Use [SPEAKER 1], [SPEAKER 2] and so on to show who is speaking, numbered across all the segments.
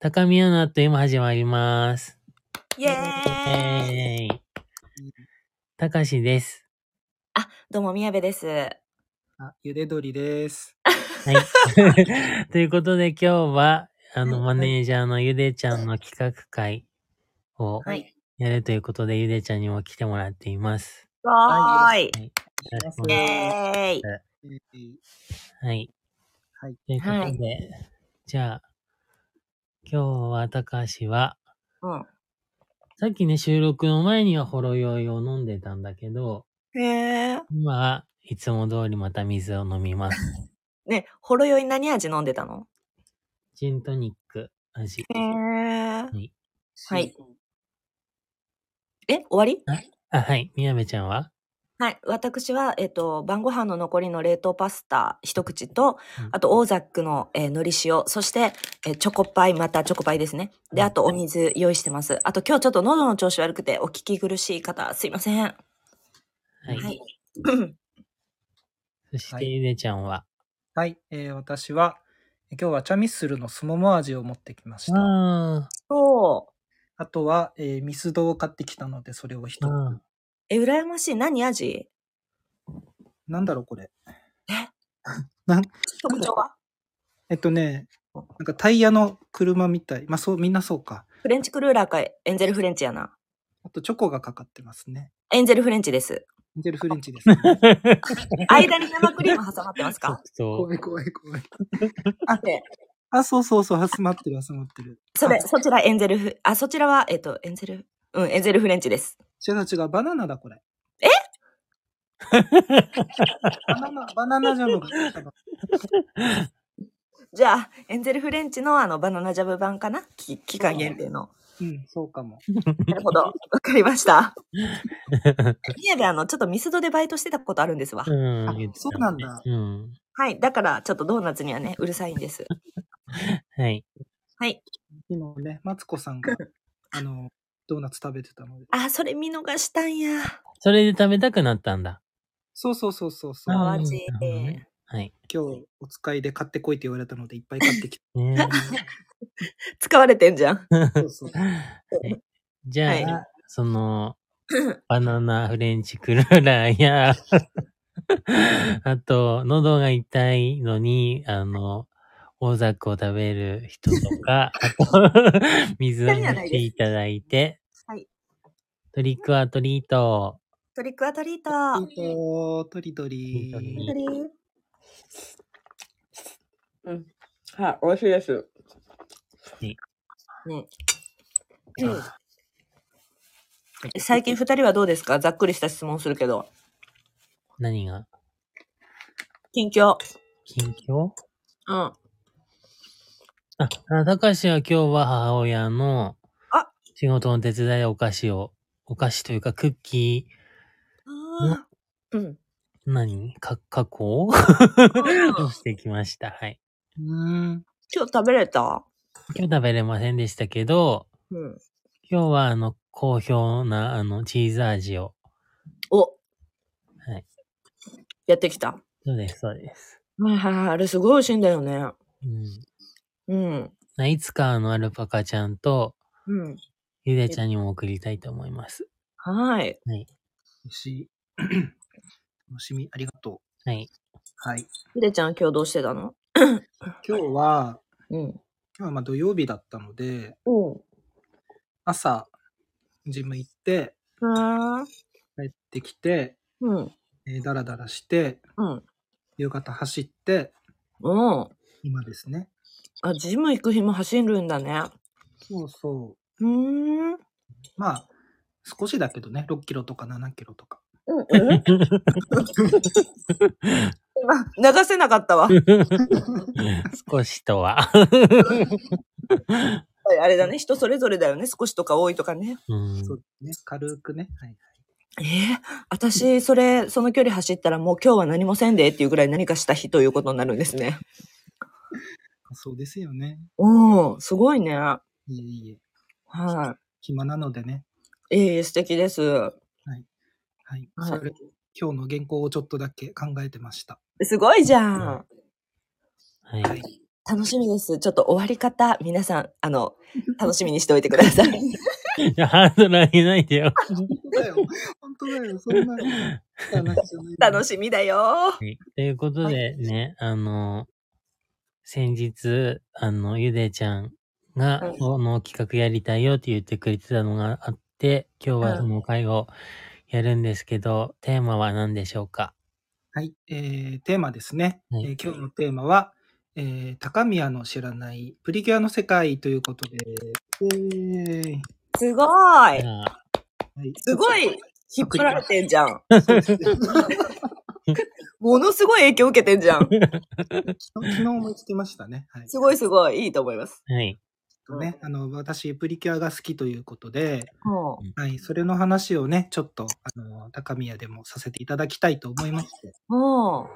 [SPEAKER 1] 高宮のあっという間始まります。
[SPEAKER 2] イエ
[SPEAKER 1] え
[SPEAKER 2] ーイ
[SPEAKER 1] ーい。たかしです。
[SPEAKER 2] どうも、宮部です。
[SPEAKER 3] あ、ゆでどりです。
[SPEAKER 1] はい。 ということで今日は、あの、マ
[SPEAKER 2] はい
[SPEAKER 1] ネージャーのゆでちゃんの企画会を
[SPEAKER 2] はい。
[SPEAKER 1] やるということで、ゆでちゃんにも来てもらっています。
[SPEAKER 2] わーい。
[SPEAKER 1] よろしくお
[SPEAKER 2] イ
[SPEAKER 1] 願いし
[SPEAKER 2] エーイ。
[SPEAKER 1] ますはい。
[SPEAKER 3] はい。
[SPEAKER 1] ということで、じゃあ、今日はたかしは、
[SPEAKER 2] うん。
[SPEAKER 1] さっきね、収録の前にはほろ酔いを飲んでたんだけど、
[SPEAKER 2] へー
[SPEAKER 1] 今はいつも通りまた水を飲み ます。
[SPEAKER 2] ね、ほろ酔い何味飲んでたの
[SPEAKER 1] ジントニック味。
[SPEAKER 2] へーはい。
[SPEAKER 3] う
[SPEAKER 2] え、終わり
[SPEAKER 1] あ、はい。みやべちゃんは
[SPEAKER 2] はい。私は、えっと、晩ご飯の残りの冷凍パスタ一口と
[SPEAKER 1] うん、
[SPEAKER 2] あと、オーザックの、えー、海苔塩、そして、えーチョコパイ、またチョコパイですね。で、あと、お水用意してます。あと、今日ちょっと喉の調子悪くて、お聞き苦しい方、すいません。は
[SPEAKER 1] はい。
[SPEAKER 2] い。
[SPEAKER 1] そし
[SPEAKER 3] は
[SPEAKER 1] て、
[SPEAKER 3] い
[SPEAKER 1] ゆでちゃんは、
[SPEAKER 3] はい、えー私は、え今日はチャミスルのすもも味を持ってきました。あ
[SPEAKER 1] あ
[SPEAKER 2] そう。
[SPEAKER 3] とは、えーミスドを買ってきたので、それを一
[SPEAKER 1] あ、
[SPEAKER 3] つ。
[SPEAKER 1] あ
[SPEAKER 2] え、羨ましい。何味
[SPEAKER 3] なんだろう、これ。
[SPEAKER 2] 特徴は
[SPEAKER 3] えっとね、なんかタイヤの車みたい。まあ、そう、みんなそうか。
[SPEAKER 2] フレンチクルーラーかエンゼルフレンチやな。
[SPEAKER 3] あと、チョコがかかってますね。
[SPEAKER 2] エンゼルフレンチです。
[SPEAKER 3] エンジェルフレンチ です、ね。
[SPEAKER 2] 間に生クリーム挟まってます
[SPEAKER 1] あ
[SPEAKER 2] か。
[SPEAKER 1] そう
[SPEAKER 3] 怖。い、怖い、怖い。
[SPEAKER 2] で
[SPEAKER 3] あ、そうそうそう、集まってる、集まってる。
[SPEAKER 2] それ、
[SPEAKER 3] あ
[SPEAKER 2] そちらエンゼルフ、あ、そちらは、えっと、エンゼル、うん、エンゼルフレンチです。
[SPEAKER 3] 違う違う、バナナだ、これ。
[SPEAKER 2] え
[SPEAKER 3] バナナ、バナナジャムが。
[SPEAKER 2] じゃあ、エンゼルフレンチのあの、バナナジャム版かなき期間限定の。
[SPEAKER 3] うん、そうかも。
[SPEAKER 2] なるほど。わかりました。家であの、ちょっとミスドでバイトしてたことあるんですわ。
[SPEAKER 1] う
[SPEAKER 3] あ
[SPEAKER 1] ん、ゆでちゃ
[SPEAKER 3] そうなんだ
[SPEAKER 1] うん。
[SPEAKER 2] はい。だから、ちょっとドーナツにはね、うるさいんです。
[SPEAKER 1] はい。
[SPEAKER 2] はい。
[SPEAKER 3] 昨日ね、マツコさんが、あの、ドーナツ食べてたので。
[SPEAKER 2] あ、それ見逃したんや。
[SPEAKER 1] それで食べたくなったんだ。
[SPEAKER 3] そうそうそうそうそう。
[SPEAKER 1] あー
[SPEAKER 3] 今
[SPEAKER 2] 淡路
[SPEAKER 1] なるほどね はい。
[SPEAKER 3] 日お使いで買ってこいって言われたので、いっぱい買ってき
[SPEAKER 1] ね
[SPEAKER 2] 使われてんじゃん。
[SPEAKER 3] た。そうそう。
[SPEAKER 1] はいじゃあ、
[SPEAKER 2] は
[SPEAKER 1] そ の、バナナフレンチクルーラーや、 あと、喉が痛いのに、あの、大ざくを食べる人とか、あ と、水を飲んでいただいて、
[SPEAKER 2] はい。
[SPEAKER 1] トリックアトリートを
[SPEAKER 2] トリックアトリート。
[SPEAKER 3] えっと、とりどり。
[SPEAKER 1] とりどり
[SPEAKER 2] うん。はい、美味しいです。
[SPEAKER 1] い
[SPEAKER 2] ね、
[SPEAKER 1] うん
[SPEAKER 2] 最近二人はどうですかざっくりした質問するけど。
[SPEAKER 1] 何が
[SPEAKER 2] 近況。
[SPEAKER 1] 近況
[SPEAKER 2] うん。あ、
[SPEAKER 1] あ、あたかしは今日は母親の
[SPEAKER 2] あ
[SPEAKER 1] 仕事の手伝いでお菓子を、お菓子というかクッキー、
[SPEAKER 2] うん。
[SPEAKER 1] 何か、加工 をしてきました。はい。
[SPEAKER 3] うーん。
[SPEAKER 2] 今日食べれた
[SPEAKER 1] 今日食べれませんでしたけど、
[SPEAKER 2] うん。
[SPEAKER 1] 今日はあの、好評なあの、チーズ味を。
[SPEAKER 2] お
[SPEAKER 1] はい。
[SPEAKER 2] やってきた。
[SPEAKER 1] そうです、そうです。
[SPEAKER 2] はいはいはい。あれすごい美味しいんだよね。
[SPEAKER 1] うん
[SPEAKER 2] うん。
[SPEAKER 1] まあ。いつかあの、アルパカちゃんと、
[SPEAKER 2] うん。
[SPEAKER 1] ゆでちゃんにも送りたいと思います。
[SPEAKER 2] はい。
[SPEAKER 3] 美味しい。 楽しみ、ありがとう。
[SPEAKER 1] はい。
[SPEAKER 3] はい。
[SPEAKER 2] ひでちゃん今日どうしてたの
[SPEAKER 3] 今日は、
[SPEAKER 2] うん。
[SPEAKER 3] 今日はまあ土曜日だったので、
[SPEAKER 2] うん。
[SPEAKER 3] 朝、ジム行って、
[SPEAKER 2] は
[SPEAKER 3] 帰ってきて、
[SPEAKER 2] うん。
[SPEAKER 3] えー、だらだらして、
[SPEAKER 2] うん。
[SPEAKER 3] 夕方走って、
[SPEAKER 2] うん。
[SPEAKER 3] 今ですね。
[SPEAKER 2] あ、ジム行く日も走るんだね。
[SPEAKER 3] そうそ
[SPEAKER 2] う
[SPEAKER 3] う。
[SPEAKER 2] ーん。うん。
[SPEAKER 3] まあ、少しだけどね、6キロとか7キロとか。
[SPEAKER 2] うん、流せなかったわ。
[SPEAKER 1] 少しとは。
[SPEAKER 2] あれだね、人それぞれだよね。少しとか多いとかね。
[SPEAKER 1] うん
[SPEAKER 3] そうですね、軽くね。はいはい。
[SPEAKER 2] えー、私、それ、その距離走ったらもう今日は何もせんでっていうぐらい何かした日ということになるんですね。
[SPEAKER 3] そうですよね。
[SPEAKER 2] うん、すごいね。はい
[SPEAKER 3] えいえ。
[SPEAKER 2] い。
[SPEAKER 3] 暇なのでね。
[SPEAKER 2] ええ素敵です。
[SPEAKER 3] はい。
[SPEAKER 2] はい
[SPEAKER 3] それ今日 の原稿をちょっとだけ考えてました。
[SPEAKER 2] すごいじゃん。
[SPEAKER 1] はい。
[SPEAKER 2] 楽しみです。ちょっと終わり方、皆さん、あの、楽しみにしておいてくださ い。
[SPEAKER 1] じゃあハードル上げないでよ。
[SPEAKER 3] 本当だよ。本当だよ。そんな話じゃない。
[SPEAKER 2] 楽しみだよ。
[SPEAKER 1] はいということでね、あの、先日、あの、ゆでちゃんが、
[SPEAKER 2] はい
[SPEAKER 1] この企画やりたいよって言ってくれてたのがあって、今日はその会をやるんですけど、テーマは何でしょうか
[SPEAKER 3] はい、えーテーマですね、
[SPEAKER 1] はい
[SPEAKER 3] えー今日のテーマは、えー高宮の知らないプリキュアの世界ということで、えー
[SPEAKER 2] す
[SPEAKER 1] じ。
[SPEAKER 2] ごい
[SPEAKER 1] ゃあ
[SPEAKER 3] はい
[SPEAKER 2] すごい引っ張られてんじゃん。
[SPEAKER 3] そうですね 昨
[SPEAKER 2] ものすごい影響受けてんじゃ ん。
[SPEAKER 3] 日も来てましたね。はい。
[SPEAKER 2] すごいすごい、いいと思います。
[SPEAKER 1] はい。
[SPEAKER 3] ね、あの私プリキュアが好きということで、
[SPEAKER 2] も
[SPEAKER 3] はい、それの話をねちょっとあの高宮でもさせていただきたいと思いましてちょ
[SPEAKER 2] う、も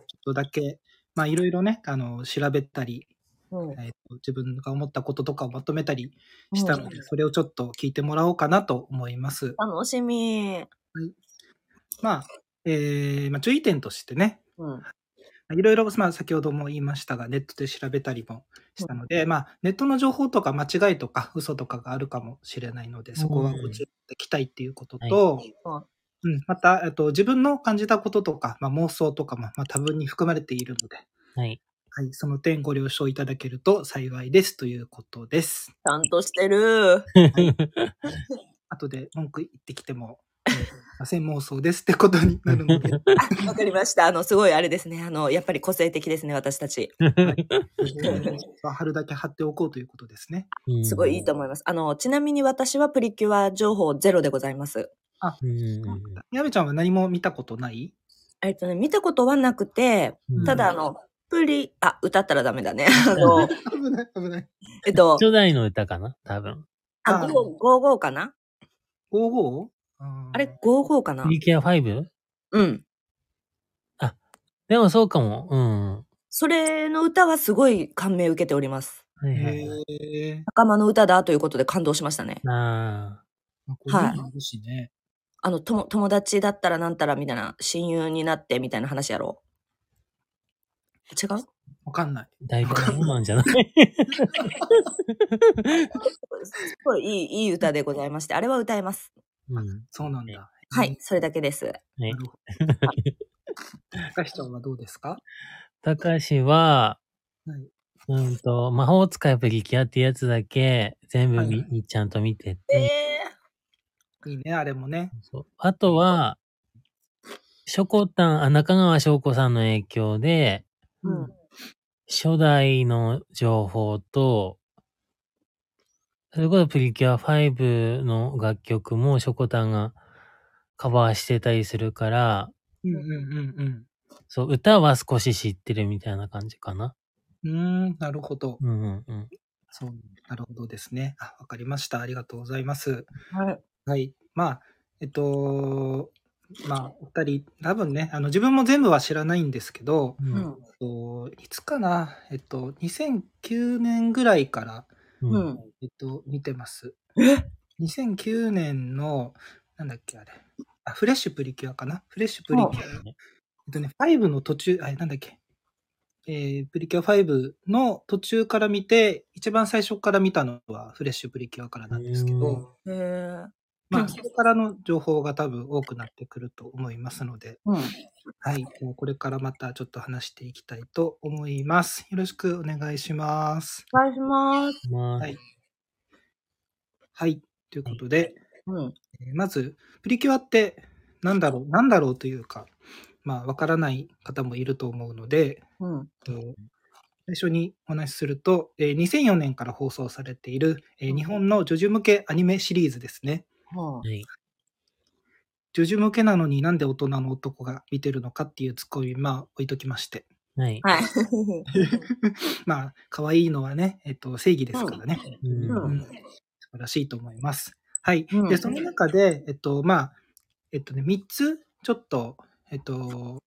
[SPEAKER 3] っとだけまあいろいろねあの調べたり、
[SPEAKER 2] う、うん
[SPEAKER 3] えーと自分が思ったこととかをまとめたりしたの
[SPEAKER 2] う
[SPEAKER 3] で、
[SPEAKER 2] ん
[SPEAKER 3] それをちょっと聞いてもらおうかなと思います。
[SPEAKER 2] 楽しみ。
[SPEAKER 3] まあ、えーまあ、注意点としてね、
[SPEAKER 2] うん。
[SPEAKER 3] いろいろ、まあ、先ほども言いましたが、ネットで調べたりもしたので、まあ、ネットの情報とか間違いとか嘘とかがあるかもしれないので、そこはご注意いただきたいっていうことと、
[SPEAKER 2] は
[SPEAKER 3] うん、また、えっと、自分の感じたこととか、まあ、妄想とかも、まあ、多分に含まれているので、
[SPEAKER 1] はい。
[SPEAKER 3] はい、その点ご了承いただけると幸いですということです。
[SPEAKER 2] ちゃんとし てる。
[SPEAKER 3] 後で文句言ってきても、えー、 ません妄想ですってことになる ので、
[SPEAKER 2] あわかりました。あの、すごいあれですね。あの、やっぱり個性的ですね、私たち。
[SPEAKER 3] 貼るだけ貼っておこうということですね。
[SPEAKER 1] うん
[SPEAKER 2] すごいいいと思います。あの、ちなみに私はプリキュア情報ゼロでございます。
[SPEAKER 1] うん
[SPEAKER 3] やべちゃんは何も見たことない
[SPEAKER 2] えっとね、見たことはなくて、
[SPEAKER 1] うん
[SPEAKER 2] ただあの、プリ、あ、歌ったらダメ だね。あの、
[SPEAKER 3] 危ない、危ない。
[SPEAKER 2] えっと、
[SPEAKER 1] 初代の歌かな多分。
[SPEAKER 2] あ、55かな
[SPEAKER 3] 55?
[SPEAKER 2] あれ、55かな
[SPEAKER 1] プリキュア 5?
[SPEAKER 2] うん。
[SPEAKER 1] でもそうかも。うん。
[SPEAKER 2] それの歌はすごい感銘受けております。
[SPEAKER 1] はいはいはい。
[SPEAKER 3] へぇ
[SPEAKER 2] 仲間の歌だということで感動しましたね。
[SPEAKER 1] あ
[SPEAKER 2] はい
[SPEAKER 3] いるしね。
[SPEAKER 2] あの、とも友達だったらなんたらみたいな、親友になってみたいな話やろう。違う
[SPEAKER 3] わかんない。
[SPEAKER 1] あ、だいぶそうなんじゃない
[SPEAKER 2] すごいいい、いい歌でございまして、あれは歌えます。
[SPEAKER 1] うん。
[SPEAKER 3] そうなんだ。
[SPEAKER 2] はい、。それだけです。
[SPEAKER 1] は
[SPEAKER 3] ないる。ほど。高橋ちゃんはどうですか
[SPEAKER 1] たかしは、
[SPEAKER 3] はい
[SPEAKER 1] うんと、魔法使いプリキュアってやつだけ、全部み、
[SPEAKER 3] はい
[SPEAKER 1] ちゃんと見て
[SPEAKER 2] え
[SPEAKER 1] て、
[SPEAKER 3] いいね、あれもね。
[SPEAKER 1] そうあとは、ショコタン、あ中川翔子さんの影響で、
[SPEAKER 2] うん。
[SPEAKER 1] 初代の情報と、それこそプリキュア5の楽曲もショコタンがカバーしてたりするから、
[SPEAKER 3] うんうんうん
[SPEAKER 1] そう、歌は少し知ってるみたいな感じかな。
[SPEAKER 3] うん。うーん、なるほど。
[SPEAKER 1] うんうんうん。
[SPEAKER 3] そう、なるほどですね。あ、わかりました。ありがとうございます。
[SPEAKER 2] はい。
[SPEAKER 3] はい。まあ、えっと、まあ、お二人、多分ね、あの、自分も全部は知らないんですけど、
[SPEAKER 1] う
[SPEAKER 2] うんん。
[SPEAKER 3] えっといつかな、えっと、2009年ぐらいから、
[SPEAKER 1] うん。
[SPEAKER 2] う
[SPEAKER 1] うん
[SPEAKER 2] ん。
[SPEAKER 3] えっと、見てます。
[SPEAKER 2] え
[SPEAKER 3] 2009年の、なんだっけ、あれ。あ、フレッシュプリキュアかなフレッシュプリキュア。えっとね、5の途中、あれ、なんだっけ。えープリキュア5の途中から見て、一番最初から見たのはフレッシュプリキュアからなんですけ
[SPEAKER 1] うん
[SPEAKER 3] ど、
[SPEAKER 2] へー
[SPEAKER 3] まあ、それからの情報が多分多くなってくると思いますので、
[SPEAKER 2] うん。
[SPEAKER 3] はい。もうこれからまたちょっと話していきたいと思います。よろしくお願いします。
[SPEAKER 2] お願いします。
[SPEAKER 1] まあ
[SPEAKER 3] はいはい。ということで、
[SPEAKER 2] うん。
[SPEAKER 3] えーまず、プリキュアって何だろう、何だろうというか、まあ、わからない方もいると思うので、
[SPEAKER 2] うん。
[SPEAKER 3] えー最初にお話しすると、えー2004年から放送されている、えー日本の女児向けアニメシリーズですね。
[SPEAKER 2] は
[SPEAKER 1] はい。
[SPEAKER 3] 女児向けなのになんで大人の男が見てるのかっていうツッコミ、まあ、置いときまして。
[SPEAKER 1] はい。
[SPEAKER 2] あ はい。
[SPEAKER 3] まあ、可愛いのはね、えっ、と、正義ですからね。
[SPEAKER 1] うん
[SPEAKER 2] う
[SPEAKER 3] うん素晴らしいと思います。はい。
[SPEAKER 2] うん
[SPEAKER 3] で、その中で、えっと、まあ、えっとね、3つ、ちょっと、えっと、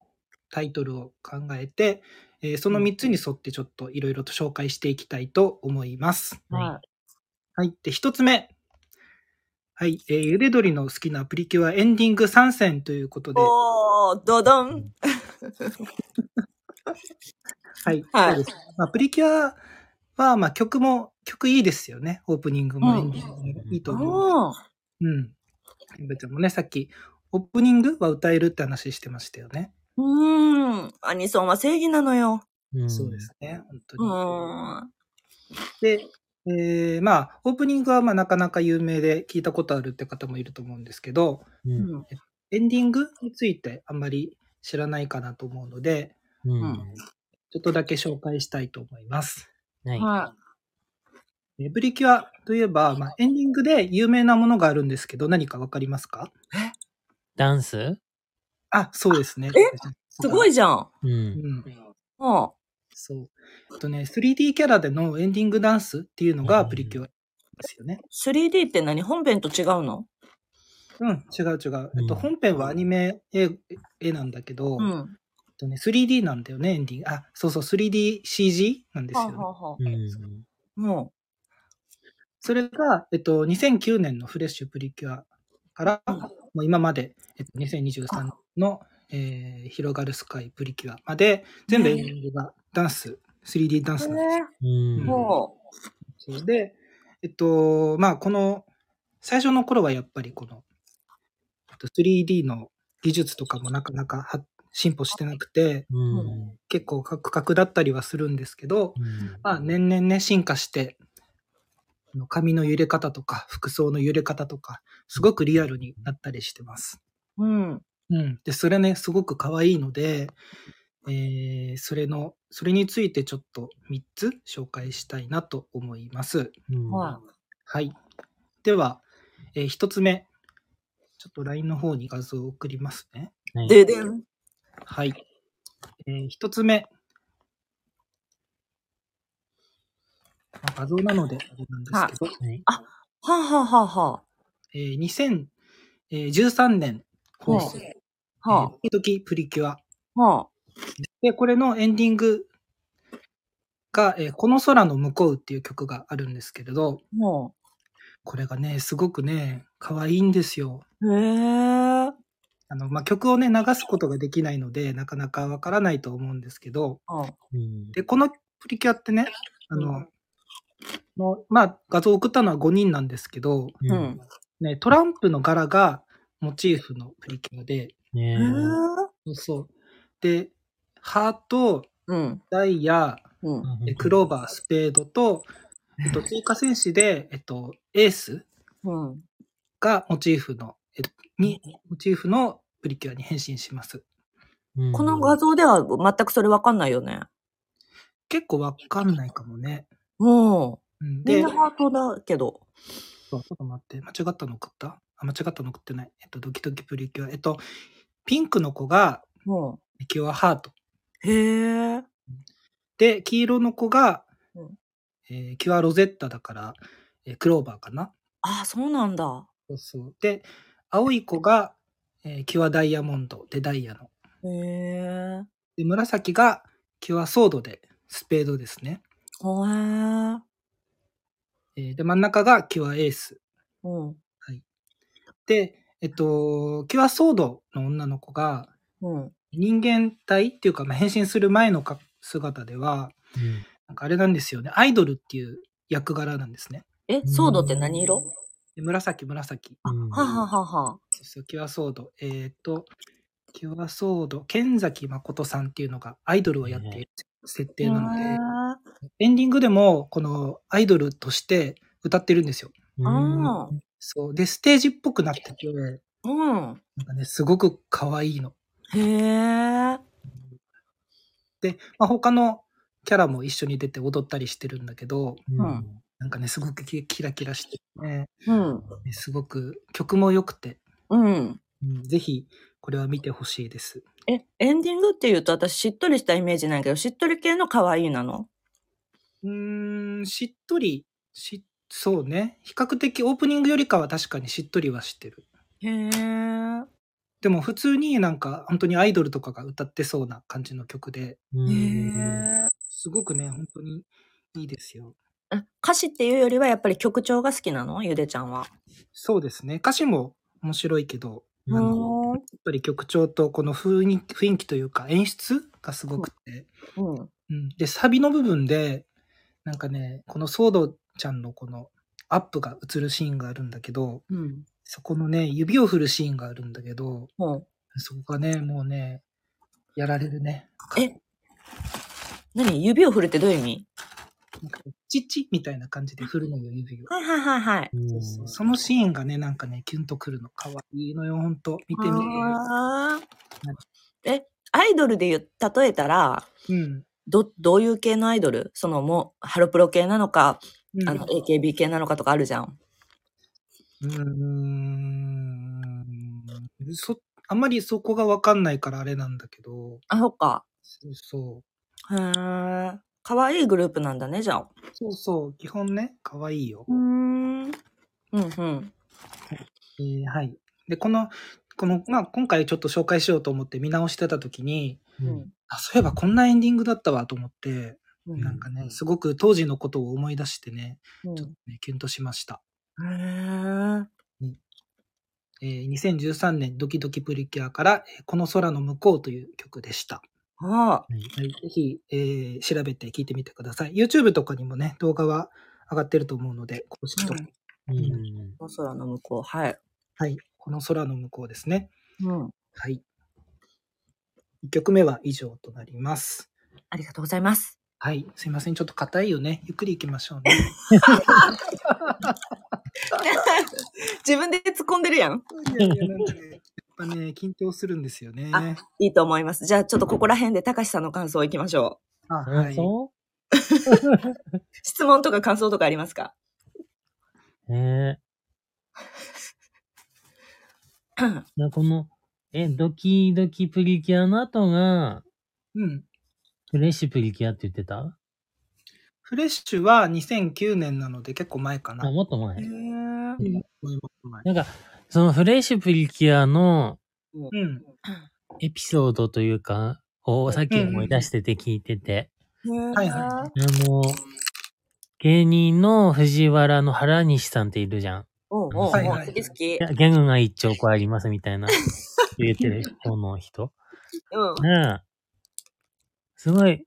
[SPEAKER 3] タイトルを考えて、えーその3つに沿ってちょっといろいろと紹介していきたいと思います。
[SPEAKER 2] は
[SPEAKER 3] はい。で、1つ目。はい。えーゆで鳥の好きなプリキュアエンディング参戦ということ
[SPEAKER 2] い
[SPEAKER 3] で、
[SPEAKER 2] おー、ドドン。
[SPEAKER 3] はい。
[SPEAKER 2] はい
[SPEAKER 3] そうです。まあ、プリキュアは、まあ、曲も、曲いいですよね。オープニングもエンディングもいいと思う。
[SPEAKER 2] おー
[SPEAKER 3] うん。ぶちゃんもね、さっき、オープニングは歌えるって話してましたよね。
[SPEAKER 2] うーん。アニソンは正義なのよ。
[SPEAKER 1] うん
[SPEAKER 3] そうで。すね。本
[SPEAKER 2] う
[SPEAKER 3] 当に。
[SPEAKER 2] ーん。
[SPEAKER 3] で、えー、まあ、オープニングは、まあ、なかなか有名で聞いたことあるって方もいると思うんですけど、
[SPEAKER 1] う。
[SPEAKER 2] うんん。
[SPEAKER 3] エンディングについてあんまり知らないかなと思うので、
[SPEAKER 1] うん。
[SPEAKER 2] うん
[SPEAKER 3] ちょっとだけ紹介したいと思います。
[SPEAKER 1] はい。
[SPEAKER 2] は
[SPEAKER 3] えープリキュアといえば、まあ、エンディングで有名なものがあるんですけど、何かわかりますか
[SPEAKER 1] ダンス
[SPEAKER 3] あ、そうですね。
[SPEAKER 2] い。すごいじゃん。
[SPEAKER 1] う。
[SPEAKER 3] うんん。
[SPEAKER 2] うん。
[SPEAKER 3] そう。えっとね、3D キャラでのエンディングダンスっていうのがプリキュアですよね。
[SPEAKER 2] 3D って何本編と違うの
[SPEAKER 3] うん、違う違う。えっ
[SPEAKER 1] う
[SPEAKER 3] と、
[SPEAKER 1] ん
[SPEAKER 3] 本編はアニメ絵絵なんだけど、
[SPEAKER 2] う
[SPEAKER 3] えっ
[SPEAKER 2] ん。
[SPEAKER 3] とね、3D なんだよね、エンディング。あ、そうそう、3DCG なんです
[SPEAKER 2] は
[SPEAKER 3] よ、ね
[SPEAKER 2] あ。は
[SPEAKER 1] うん。
[SPEAKER 2] あは
[SPEAKER 3] それが、えっと、2009年のフレッシュプリキュアから、
[SPEAKER 2] うん
[SPEAKER 3] もう今まで、えっと、2023年の、えー広がるスカイプリキュアまで、全部エンディングがダンス、3D ダンス
[SPEAKER 2] う。
[SPEAKER 3] なんんです
[SPEAKER 2] へえ
[SPEAKER 1] うん。
[SPEAKER 2] も
[SPEAKER 3] そうで、えっと、まあ、この、最初の頃はやっぱりこの、えっと 3D の技術とかもなかなかは進歩してなくて、
[SPEAKER 1] うん。
[SPEAKER 3] 結構カクカクだったりはするんですけど、まあ、年々ね、進化して、あの髪の揺れ方とか、服装の揺れ方とか、すごくリアルになったりしてます。
[SPEAKER 2] う。うん。
[SPEAKER 3] うん。で、それね、すごく可愛いので、えー、それの、それについてちょっと3つ紹介したいなと思います。
[SPEAKER 1] うん。
[SPEAKER 2] は
[SPEAKER 3] はい。では、えー、1つ目。ちょっと LINE の方に画像を送りますね。
[SPEAKER 1] い
[SPEAKER 2] い。ででん。
[SPEAKER 3] はい。えー、1つ目。まあ画像なので、あれなんですけど、
[SPEAKER 1] はい。
[SPEAKER 2] はあ、はあはあは
[SPEAKER 3] えー、2013年放送、え
[SPEAKER 2] あ、は
[SPEAKER 3] ードキドキプリキュア。
[SPEAKER 2] あ、は
[SPEAKER 3] で、これのエンディングが、えーこの空の向こうっていう曲があるんですけれど、
[SPEAKER 2] あ、は
[SPEAKER 3] これがね、すごくね、可愛いんですよ。
[SPEAKER 2] あ。へえ。
[SPEAKER 3] あの、まあ、曲をね、流すことができないので、なかなかわからないと思うんですけど、
[SPEAKER 2] うん
[SPEAKER 1] うん。
[SPEAKER 3] で、このプリキュアってね、あの、のまあ、画像を送ったのは5人なんですけど、
[SPEAKER 1] う。
[SPEAKER 2] うんん。
[SPEAKER 3] ね、トランプの柄がモチーフのプリキュアで、
[SPEAKER 1] ねえ
[SPEAKER 2] へえ。
[SPEAKER 3] そうそう。で、ハート、
[SPEAKER 2] うん。
[SPEAKER 3] ダイヤ、
[SPEAKER 2] うん。
[SPEAKER 3] えクローバー、スペードと、えっと、追加戦士で、えっと、エース
[SPEAKER 2] うん。
[SPEAKER 3] がモチーフの、えっとに、モチーフのプリキュアに変身します。
[SPEAKER 1] うん
[SPEAKER 2] この画像では全くそれわかんないよね。
[SPEAKER 3] 結構わかんないかもね。
[SPEAKER 2] うん。
[SPEAKER 3] うん、
[SPEAKER 2] みん
[SPEAKER 3] で、
[SPEAKER 2] な
[SPEAKER 3] そう
[SPEAKER 2] ハートだけど。
[SPEAKER 3] ちょっと待って、間違ったの送ったあ、間違ったの送ってない。えっと、ドキドキプリキュア。えっと、ピンクの子が
[SPEAKER 2] うん。
[SPEAKER 3] プリキュアハート。
[SPEAKER 2] へえ。
[SPEAKER 3] で、黄色の子が、
[SPEAKER 2] うん
[SPEAKER 3] えーキュアロゼッタだから、えークローバーかな。
[SPEAKER 2] あ、そうなんだ。
[SPEAKER 3] そうそう。で、青い子が、えーキュアダイヤモンドでダイヤの。
[SPEAKER 2] へえ。
[SPEAKER 3] で、紫がキュアソードでスペードですね。
[SPEAKER 2] ほえ。
[SPEAKER 3] えーで、真ん中がキュアエース。
[SPEAKER 2] うん。
[SPEAKER 3] で、えっと、キュアソードの女の子が
[SPEAKER 2] うん。
[SPEAKER 3] 人間体っていうか、まあ、変身する前のか姿では、
[SPEAKER 1] うん
[SPEAKER 3] なんかあれなんですよね。アイドルっていう役柄なんですね。
[SPEAKER 2] え、ソードって何色
[SPEAKER 3] で紫、紫。
[SPEAKER 1] うん
[SPEAKER 2] はあはあはあは
[SPEAKER 3] そうそう、キュアソード。えっ、と、キュアソード、剣崎誠さんっていうのがアイドルをやっている設定なので、
[SPEAKER 2] あ。
[SPEAKER 3] エンディングでも、このアイドルとして歌ってるんですよ。
[SPEAKER 1] うん
[SPEAKER 2] ああ。
[SPEAKER 3] そう。で、ステージっぽくなってて、な
[SPEAKER 2] うん。
[SPEAKER 3] んかね、すごく可愛いの。
[SPEAKER 2] へえ。
[SPEAKER 3] で、まあ、他のキャラも一緒に出て踊ったりしてるんだけど、
[SPEAKER 1] うん
[SPEAKER 3] なんかね、すごくキキラキラしててね、
[SPEAKER 2] うん。
[SPEAKER 3] ねすごく曲も良くて、
[SPEAKER 2] うん。
[SPEAKER 3] うんぜひ、これは見てほしいです。
[SPEAKER 2] え、エンディングって言うと私しっとりしたイメージなんやけど、しっとり系の可愛いなの
[SPEAKER 3] うーん、しっとり、し、そうね。比較的オープニングよりかは確かにしっとりはしてる。
[SPEAKER 2] へえ。
[SPEAKER 3] でも普通になんか本当にアイドルとかが歌ってそうな感じの曲で、
[SPEAKER 1] うん
[SPEAKER 2] へ
[SPEAKER 3] すごくね、本当にいいですよ。
[SPEAKER 2] え。歌詞っていうよりはやっぱり曲調が好きなのゆでちゃんは。
[SPEAKER 3] そうですね。歌詞も面白いけど、あ
[SPEAKER 1] うん
[SPEAKER 3] の、やっぱり曲調とこの雰囲気雰囲気というか演出がすごくて、
[SPEAKER 2] うん。
[SPEAKER 3] うん、で、サビの部分で、なんかね、このソードちゃんのこのアップが映るシーンがあるんだけど、
[SPEAKER 2] うん。
[SPEAKER 3] そこのね、指を振るシーンがあるんだけど、
[SPEAKER 2] も
[SPEAKER 3] そこがね、もうね、やられるね。
[SPEAKER 2] う。え何指を振るってどういう意味
[SPEAKER 3] なんかチッチッみたいな感じで振るのよ、指を。
[SPEAKER 2] はいはいはいはい。
[SPEAKER 1] うん
[SPEAKER 3] そうそのシーンがね、なんかね、キュンとくるの。可愛いのよ、ほんと。見てみ
[SPEAKER 2] あーえ、アイドルで言う例えたら、
[SPEAKER 3] うん。
[SPEAKER 2] ど、どういう系のアイドルそのもう、ハロプロ系なのか、
[SPEAKER 3] うん
[SPEAKER 2] あの、AKB 系なのかとかあるじゃん。
[SPEAKER 3] うーんそあんまりそこがわかんないからあれなんだけど、
[SPEAKER 2] あ、そっか。
[SPEAKER 3] そうそ
[SPEAKER 2] へー。かわいいグループなんだね、じゃあ。
[SPEAKER 3] う。そうそう、基本ね、可愛いよ。
[SPEAKER 2] ん。うんうん。
[SPEAKER 3] えーはい。で、この、この、まあ、今回ちょっと紹介しようと思って見直してた時に、
[SPEAKER 1] うん
[SPEAKER 3] あ、そういえばこんなエンディングだったわと思って、
[SPEAKER 2] う
[SPEAKER 3] なんかね、すごく当時のことを思い出してね、
[SPEAKER 2] うん
[SPEAKER 3] ちょっとね、キュンとしました。
[SPEAKER 2] へー
[SPEAKER 3] えー2013年ドキドキプリキュアから、えーこの空の向こうという曲でした。
[SPEAKER 2] ああ。
[SPEAKER 3] はい、ぜひ、えー調べて聞いてみてください。YouTube とかにもね、動画は上がってると思うので、公式と、
[SPEAKER 2] うん
[SPEAKER 1] うん
[SPEAKER 2] お空の向こう、はい。
[SPEAKER 3] はい、この空の向こうですね。
[SPEAKER 2] うん。
[SPEAKER 3] はい。1曲目は以上となります。
[SPEAKER 2] ありがとうございます。
[SPEAKER 3] はい、すいません。ちょっと硬いよね。ゆっくり行きましょうね。
[SPEAKER 2] 自分で突っ込んでるやん。
[SPEAKER 3] いやいやなんかねやっぱね、緊張するんですよね。
[SPEAKER 2] あいいと思います。じゃあ、ちょっとここら辺で、たかしさんの感想いきましょう。
[SPEAKER 3] あは
[SPEAKER 1] あ、
[SPEAKER 3] い。
[SPEAKER 1] そ
[SPEAKER 2] 質問とか感想とかありますか
[SPEAKER 1] うえー、なこの、え、ドキドキプリキュアの後が、
[SPEAKER 3] うん。
[SPEAKER 1] フレッシュプリキュアって言ってた
[SPEAKER 3] フレッシュは2009年なので結構前かな。
[SPEAKER 1] あ、もっと前。
[SPEAKER 2] うん
[SPEAKER 3] うんもっと前
[SPEAKER 1] なんか、そのフレッシュプリキュアの
[SPEAKER 3] うん。
[SPEAKER 1] エピソードというか、をさっき思い出してて聞いてて、
[SPEAKER 3] はいは
[SPEAKER 1] あの、芸人の藤原の原西さんっているじゃん。
[SPEAKER 2] おうおうおう、
[SPEAKER 1] はい
[SPEAKER 3] はい
[SPEAKER 2] 好き好き
[SPEAKER 1] い。やギャグが一兆個ありますみたいな、言ってる方の 人。
[SPEAKER 2] うん。
[SPEAKER 1] ねえ。すごい、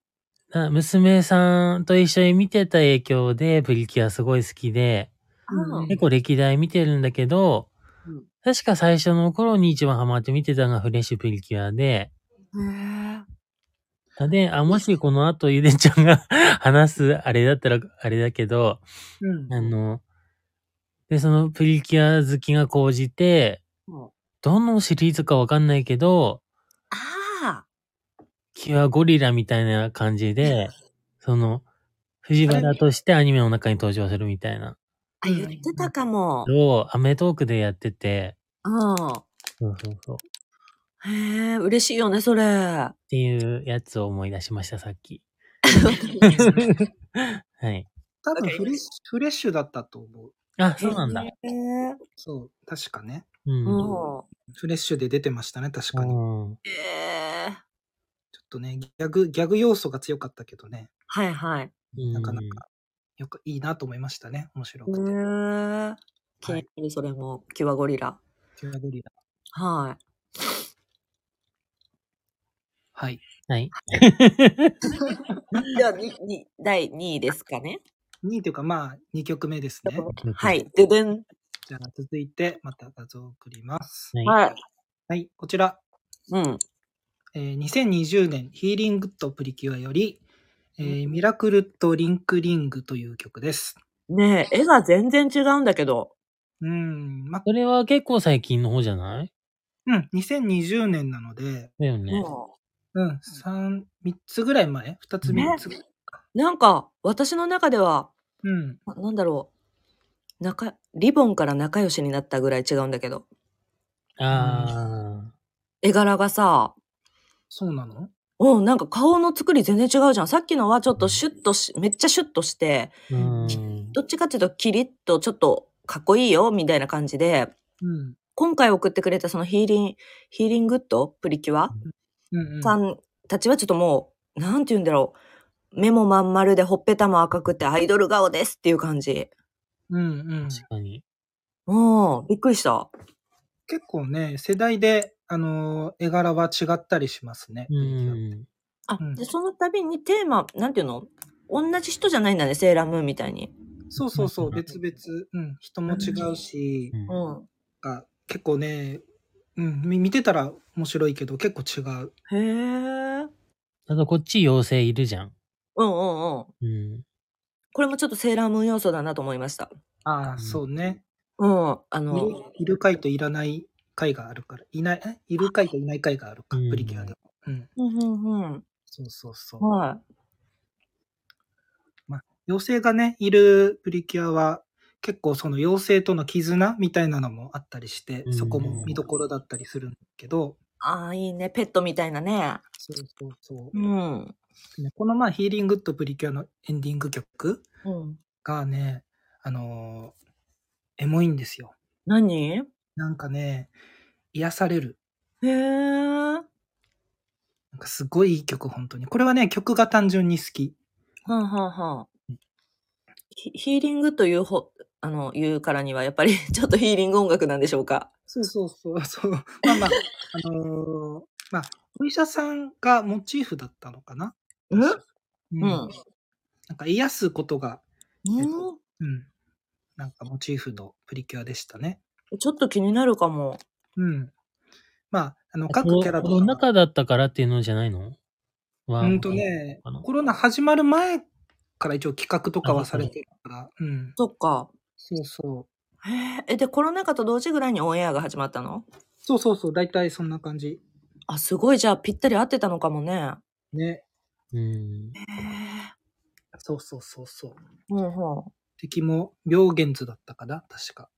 [SPEAKER 1] な娘さんと一緒に見てた影響で、プリキュアすごい好きで、
[SPEAKER 2] うん
[SPEAKER 1] 結構歴代見てるんだけど、
[SPEAKER 2] うん
[SPEAKER 1] 確か最初の頃に一番ハマって見てたのがフレッシュプリキュアで、
[SPEAKER 2] へ
[SPEAKER 1] で、あ、もしこの後ゆでちゃんが 話すあれだったらあれだけど、
[SPEAKER 3] うん。
[SPEAKER 1] あの、で、そのプリキュア好きが高じて、
[SPEAKER 2] ー
[SPEAKER 1] どのシリーズかわかんないけど、
[SPEAKER 2] あ
[SPEAKER 1] キュアゴリラみたいな感じ で、その、藤原としてアニメの中に登場するみたいな。
[SPEAKER 2] ーあ、言ってたかも。
[SPEAKER 1] を、アメトークでやってて、
[SPEAKER 2] うん。
[SPEAKER 1] そうそうそう。っ
[SPEAKER 2] へえ、嬉しいよね、それ。あ
[SPEAKER 1] ていうやつを思い出しました、さっ き。はい。
[SPEAKER 3] 多分フレッシュ、フレッシュだったと思う。
[SPEAKER 1] あ、そうなんだ。
[SPEAKER 2] へえ。
[SPEAKER 3] そう、確かね。
[SPEAKER 1] うん。
[SPEAKER 2] うん。
[SPEAKER 3] フレッシュで出てましたね、確かに。ちょ
[SPEAKER 1] うん
[SPEAKER 2] へえ。
[SPEAKER 3] っとね、ギャグ、ギャグ要素が強かったけどね、
[SPEAKER 2] はいはい。
[SPEAKER 3] なかなか、よくいいなと思いましたね、面白
[SPEAKER 2] へ
[SPEAKER 3] くて。
[SPEAKER 2] え。気になる、それも。キュアゴリラ。
[SPEAKER 3] キュアゴリラ。
[SPEAKER 2] は
[SPEAKER 3] はい。
[SPEAKER 1] はい。
[SPEAKER 2] い。では、に、に、第2位ですかね。
[SPEAKER 3] 2位というか、まあ、2曲目ですね。
[SPEAKER 2] はい。ででん。
[SPEAKER 3] じゃあ、続いて、また画像を送ります。
[SPEAKER 1] はい。
[SPEAKER 2] はい。
[SPEAKER 3] はい、こちら、
[SPEAKER 2] うん。
[SPEAKER 3] えー2020年、ヒーリングとプリキュアより、えーミラクルとリンクリングという曲です。
[SPEAKER 2] ねえ、絵が全然違うんだけど。
[SPEAKER 3] うん、まあ、
[SPEAKER 1] それは結構最近の方じゃない
[SPEAKER 3] うん、2020年なので、
[SPEAKER 1] だよね。
[SPEAKER 2] も
[SPEAKER 3] うん、三3つぐらい前 ?2 つ、
[SPEAKER 1] ね
[SPEAKER 3] 3つぐらい。
[SPEAKER 2] うなんか、私の中では、
[SPEAKER 3] うん。
[SPEAKER 2] ななんだろう。仲、リボンから仲良しになったぐらい違うんだけど。
[SPEAKER 1] ああ。
[SPEAKER 2] 絵柄がさ、
[SPEAKER 3] そうなの
[SPEAKER 2] うん、なんか顔の作り全然違うじゃん。さっきのはちょっとシュッとし、めっちゃシュッとして、
[SPEAKER 1] うん。
[SPEAKER 2] どっちかっていうとキリッとちょっとかっこいいよ、みたいな感じで、
[SPEAKER 3] うん。
[SPEAKER 2] 今回送ってくれたそのヒーリン、ヒーリングッドプリキュア
[SPEAKER 3] うん、うん。
[SPEAKER 2] さんたちはちょっともう、なんて言うんだろう。目もまん丸でほっぺたも赤くてアイドル顔ですっていう感じ。
[SPEAKER 3] うんうん、
[SPEAKER 1] 確かに。
[SPEAKER 2] うん、びっくりした。
[SPEAKER 3] 結構ね、世代で、あのー絵柄は違ったりしますね。
[SPEAKER 1] うん。
[SPEAKER 2] あ、
[SPEAKER 3] うん
[SPEAKER 2] で、その度にテーマ、なんていうの同じ人じゃないんだね、セーラームーンみたいに。
[SPEAKER 3] そうそうそうう、
[SPEAKER 1] ん
[SPEAKER 3] 別々。うん、人も違うし、
[SPEAKER 1] うん
[SPEAKER 2] うん。
[SPEAKER 3] が結構ね、うん、み見てたら面白いけど、結構違う。
[SPEAKER 2] へえ。
[SPEAKER 1] あとこっち妖精いるじゃん。
[SPEAKER 2] うんうんうん。
[SPEAKER 1] うん。
[SPEAKER 2] これもちょっとセーラームーン要素だなと思いました。
[SPEAKER 3] あ
[SPEAKER 1] う
[SPEAKER 3] あ、
[SPEAKER 1] ん
[SPEAKER 3] そうね。
[SPEAKER 2] うん。あ
[SPEAKER 3] い
[SPEAKER 2] の、
[SPEAKER 3] るいる回といらない回があるから。いない、えいる回といない回があるか、
[SPEAKER 1] うん
[SPEAKER 3] プリキュアで。うん、
[SPEAKER 2] うんうん
[SPEAKER 3] そうそうそう
[SPEAKER 2] うん。。は
[SPEAKER 3] 妖精がね、いるプリキュアは、結構その妖精との絆みたいなのもあったりして
[SPEAKER 1] う、ん
[SPEAKER 3] そこも見どころだったりするんだけど、
[SPEAKER 2] い。ああ、いいね。ペットみたいなね。。
[SPEAKER 3] そうそうそううんねこの前、ヒーリングッドプリキュアのエンディング曲
[SPEAKER 2] うん。
[SPEAKER 3] がね、あのーエモいんですよ。
[SPEAKER 2] 何
[SPEAKER 3] なんかね、癒される。
[SPEAKER 2] へえ。
[SPEAKER 3] なんかすごいいい曲、本当に。これはね、曲が単純に好き。
[SPEAKER 2] はんはんはん。ヒヒーリングというほ、あの、言うからには、やっぱり ちょっとヒーリング音楽なんでしょうか。
[SPEAKER 3] そうそうそう。 そうまあまあ、あのーまあ、お医者さんがモチーフだったのかな。
[SPEAKER 2] うん
[SPEAKER 3] うん
[SPEAKER 2] うん。
[SPEAKER 3] なんか癒すことが、
[SPEAKER 2] う
[SPEAKER 3] うん。なんかモチーフのプリキュアでしたね。
[SPEAKER 2] ん。ちょっと気になるかも。
[SPEAKER 3] うん。まあ、あの、各キャラ
[SPEAKER 1] コ
[SPEAKER 3] と
[SPEAKER 1] ロナ
[SPEAKER 3] か。
[SPEAKER 1] 禍だったからっていうのじゃないのは
[SPEAKER 3] うんとね
[SPEAKER 1] あの、
[SPEAKER 3] コロナ始まる前から一応企画とかはされてるから。うん。
[SPEAKER 2] そっか。
[SPEAKER 3] そうそう。
[SPEAKER 2] へええ、で、コロナ禍と同時ぐらいにオンエアが始まったの
[SPEAKER 3] そうそうそう。大体そんな感じ。
[SPEAKER 2] あ、すごい。じゃあ、ぴったり合ってたのかもね。
[SPEAKER 3] ね。
[SPEAKER 1] うん。
[SPEAKER 2] へえ。
[SPEAKER 3] そうそうそうそう。
[SPEAKER 2] うんうん。
[SPEAKER 3] 敵も病原図だったかな確か。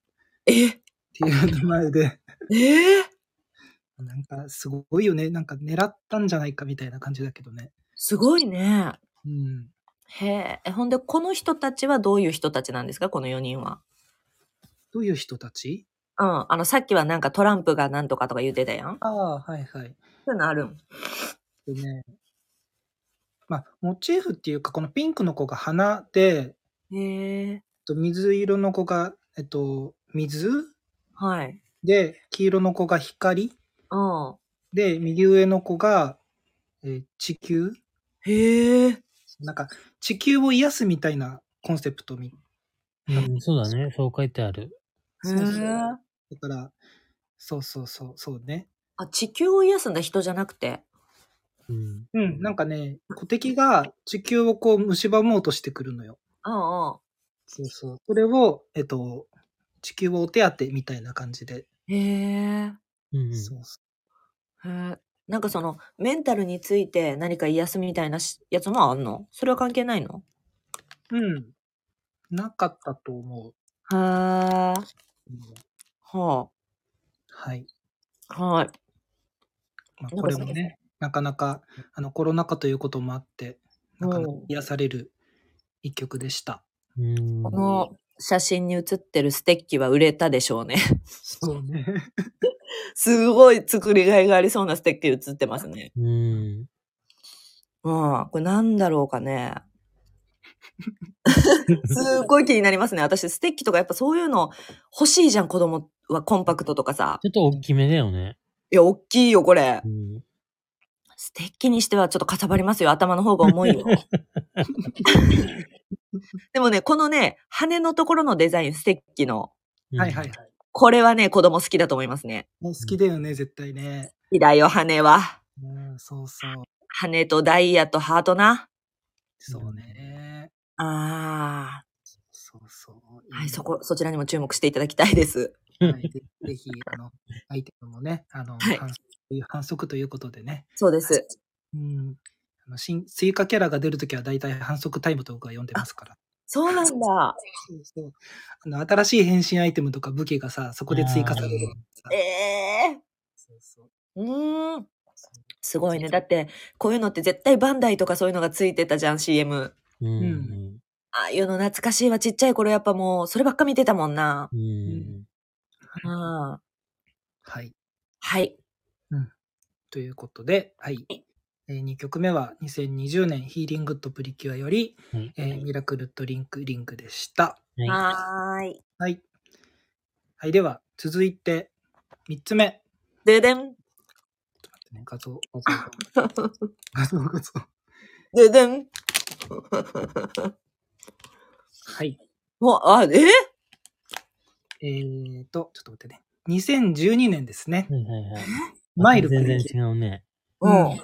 [SPEAKER 2] え、
[SPEAKER 3] っていう名前で。
[SPEAKER 2] ええ
[SPEAKER 3] なんかすごいよね。なんか狙ったんじゃないかみたいな感じだけどね。
[SPEAKER 2] すごいね。
[SPEAKER 3] うん。
[SPEAKER 2] へええ。ほんで、この人たちはどういう人たちなんですかこの4人は。
[SPEAKER 3] どういう人たち
[SPEAKER 2] うん。あの、さっきはなんかトランプがなんとかとか言ってたやん。
[SPEAKER 3] ああ、はいはい。
[SPEAKER 2] そういうのあるん。
[SPEAKER 3] でね。まあ、モチーフっていうか、このピンクの子が花で、えっ
[SPEAKER 2] へえ。
[SPEAKER 3] と、水色の子が、えっと、水
[SPEAKER 2] はい。
[SPEAKER 3] で、黄色の子が光
[SPEAKER 2] うん。
[SPEAKER 3] で、右上の子が、えー地球
[SPEAKER 2] へえ。
[SPEAKER 3] なんか、地球を癒すみたいなコンセプトみ
[SPEAKER 1] うんそうだね。そう書いてある。
[SPEAKER 3] そうそ
[SPEAKER 2] へ
[SPEAKER 3] う
[SPEAKER 2] え
[SPEAKER 3] だから、そうそうそう、そうね。
[SPEAKER 2] あ、地球を癒すんだ人じゃなくて。
[SPEAKER 1] うん。
[SPEAKER 3] うん、なんかね、小敵が地球をこう蝕もうとしてくるのよ。
[SPEAKER 2] うんうん。
[SPEAKER 3] そうそう。それを、えっと、地球をお手当てみたいな感じで。
[SPEAKER 2] へえ。
[SPEAKER 1] うん。
[SPEAKER 3] そうそ
[SPEAKER 2] へえ。なんかその、メンタルについて何か癒すみたいなしやつもあんのそれは関係ないの
[SPEAKER 3] う。うん。なかったと思
[SPEAKER 2] へえ。は
[SPEAKER 3] う。
[SPEAKER 2] あ。
[SPEAKER 3] はい。
[SPEAKER 2] はい。
[SPEAKER 3] まあ、
[SPEAKER 2] なん
[SPEAKER 3] こ
[SPEAKER 2] か
[SPEAKER 3] れ
[SPEAKER 2] そう
[SPEAKER 3] もね、なかなか、あの、コロナ禍ということもあって、なかなか
[SPEAKER 2] うん
[SPEAKER 3] 癒される一曲でした。
[SPEAKER 1] うん。
[SPEAKER 2] この写真に写ってるステッキは売れたでしょうね。
[SPEAKER 3] そう ね。
[SPEAKER 2] すごい作りがいがありそうなステッキ写ってますね。
[SPEAKER 1] うん。
[SPEAKER 2] うん。これなんだろうか ね。すごい気になりますね。私、ステッキとかやっぱそういうの欲しいじゃん、子供はコンパクトとかさ
[SPEAKER 1] ち。ょっと大きめだよね。
[SPEAKER 2] いや、おっきいよ、これ
[SPEAKER 1] う。ん。
[SPEAKER 2] ステッキにしてはちょっとかさばりますよ。頭の方が重いよ。 でもね、このね、羽のところのデザイン、ステッキの。
[SPEAKER 3] はいはいはい。
[SPEAKER 2] これはね、子供好きだと思いますね。
[SPEAKER 3] ね、好きだよね、絶対ね。
[SPEAKER 2] 好きだよ、羽は。
[SPEAKER 3] うん、そうそう。
[SPEAKER 2] 羽とダイヤとハートな。
[SPEAKER 3] そうね。
[SPEAKER 2] あ
[SPEAKER 3] そうそう。
[SPEAKER 2] あ。はい、そこ、そちらにも注目していただきたいです。
[SPEAKER 3] はい、ぜひぜひ、あの、アイテムもね、あの、
[SPEAKER 2] はい
[SPEAKER 3] 反則という反則ということでね、
[SPEAKER 2] そうです。
[SPEAKER 3] うん。あの新追加キャラが出るときは大体反則タイムと僕は読んでますから。
[SPEAKER 2] そうなんだ。
[SPEAKER 3] そうそうあの新しい変身アイテムとか武器がさ、そこで追加される
[SPEAKER 1] あ。
[SPEAKER 2] ええ
[SPEAKER 3] そうそう
[SPEAKER 2] ー。うーん。すごいね。だって、こういうのって絶対バンダイとかそういうのがついてたじゃん、CM。
[SPEAKER 1] うん。
[SPEAKER 2] ああいうの懐かしいわ。ちっちゃい頃やっぱもう、そればっか見てたもんな。
[SPEAKER 1] うん。
[SPEAKER 2] うん。
[SPEAKER 3] はい。
[SPEAKER 2] はい。
[SPEAKER 3] ということで、はい。えー、2曲目は2020年ヒーリングとプリキュアより、
[SPEAKER 1] はい
[SPEAKER 3] えーミラクルとリンクリンクでした。
[SPEAKER 1] はい。
[SPEAKER 2] はーい。
[SPEAKER 3] はい。はい、では続いて3つ目。
[SPEAKER 2] ででん。
[SPEAKER 3] ですね。画像、画像、 画像、画像。
[SPEAKER 2] ででん。
[SPEAKER 3] はい。
[SPEAKER 2] もう、あ、え
[SPEAKER 3] えーと、ちょっと待ってね。2012年ですね。
[SPEAKER 1] はいはいはい。
[SPEAKER 3] マイルプ
[SPEAKER 1] 全
[SPEAKER 3] リ
[SPEAKER 1] 然
[SPEAKER 3] キ
[SPEAKER 1] 違
[SPEAKER 3] ュ
[SPEAKER 1] うね。
[SPEAKER 2] うん。
[SPEAKER 3] ア。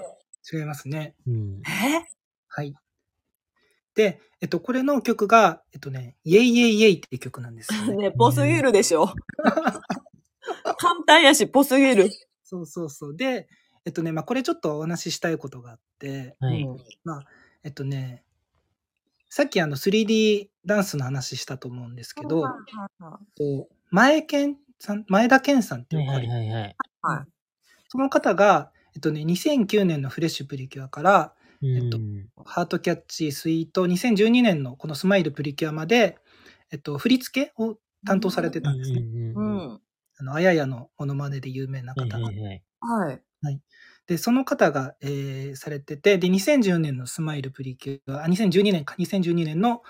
[SPEAKER 3] 違いますね。
[SPEAKER 1] うん。
[SPEAKER 2] え
[SPEAKER 3] はい。で、えっと、これの曲が、えっとね、イェイイェイイェイっていう曲なんです よね。
[SPEAKER 2] ね、ぽすぎるでしょ。簡単やし、ぽすぎる。
[SPEAKER 3] そうそうそう。で、えっとね、まあ、これちょっとお話ししたいことがあって、
[SPEAKER 1] はい
[SPEAKER 2] うん
[SPEAKER 3] えっとね、さっきあの 3D ダンスの話したと思うんですけど、と前健さん、前田健さんって
[SPEAKER 1] は
[SPEAKER 3] い
[SPEAKER 1] い
[SPEAKER 3] うの
[SPEAKER 1] は
[SPEAKER 3] があ
[SPEAKER 1] い
[SPEAKER 3] る
[SPEAKER 1] はいはい。
[SPEAKER 3] その方が、えっとね、2009年のフレッシュプリキュアから、えっと
[SPEAKER 1] うん
[SPEAKER 3] ハートキャッチ、スイート、2012年のこのスマイルプリキュアまで、えっと、振り付けを担当されてたんですね。
[SPEAKER 1] うん
[SPEAKER 2] う
[SPEAKER 1] うんうん
[SPEAKER 2] ん。
[SPEAKER 3] あの、あややのモノマネで有名な
[SPEAKER 1] はい
[SPEAKER 3] 方が
[SPEAKER 1] はい。はい。
[SPEAKER 2] はい。
[SPEAKER 3] で、その方が、えーされてて、で、2010年のスマイルプリキュア、あ、2012年か、2012年の、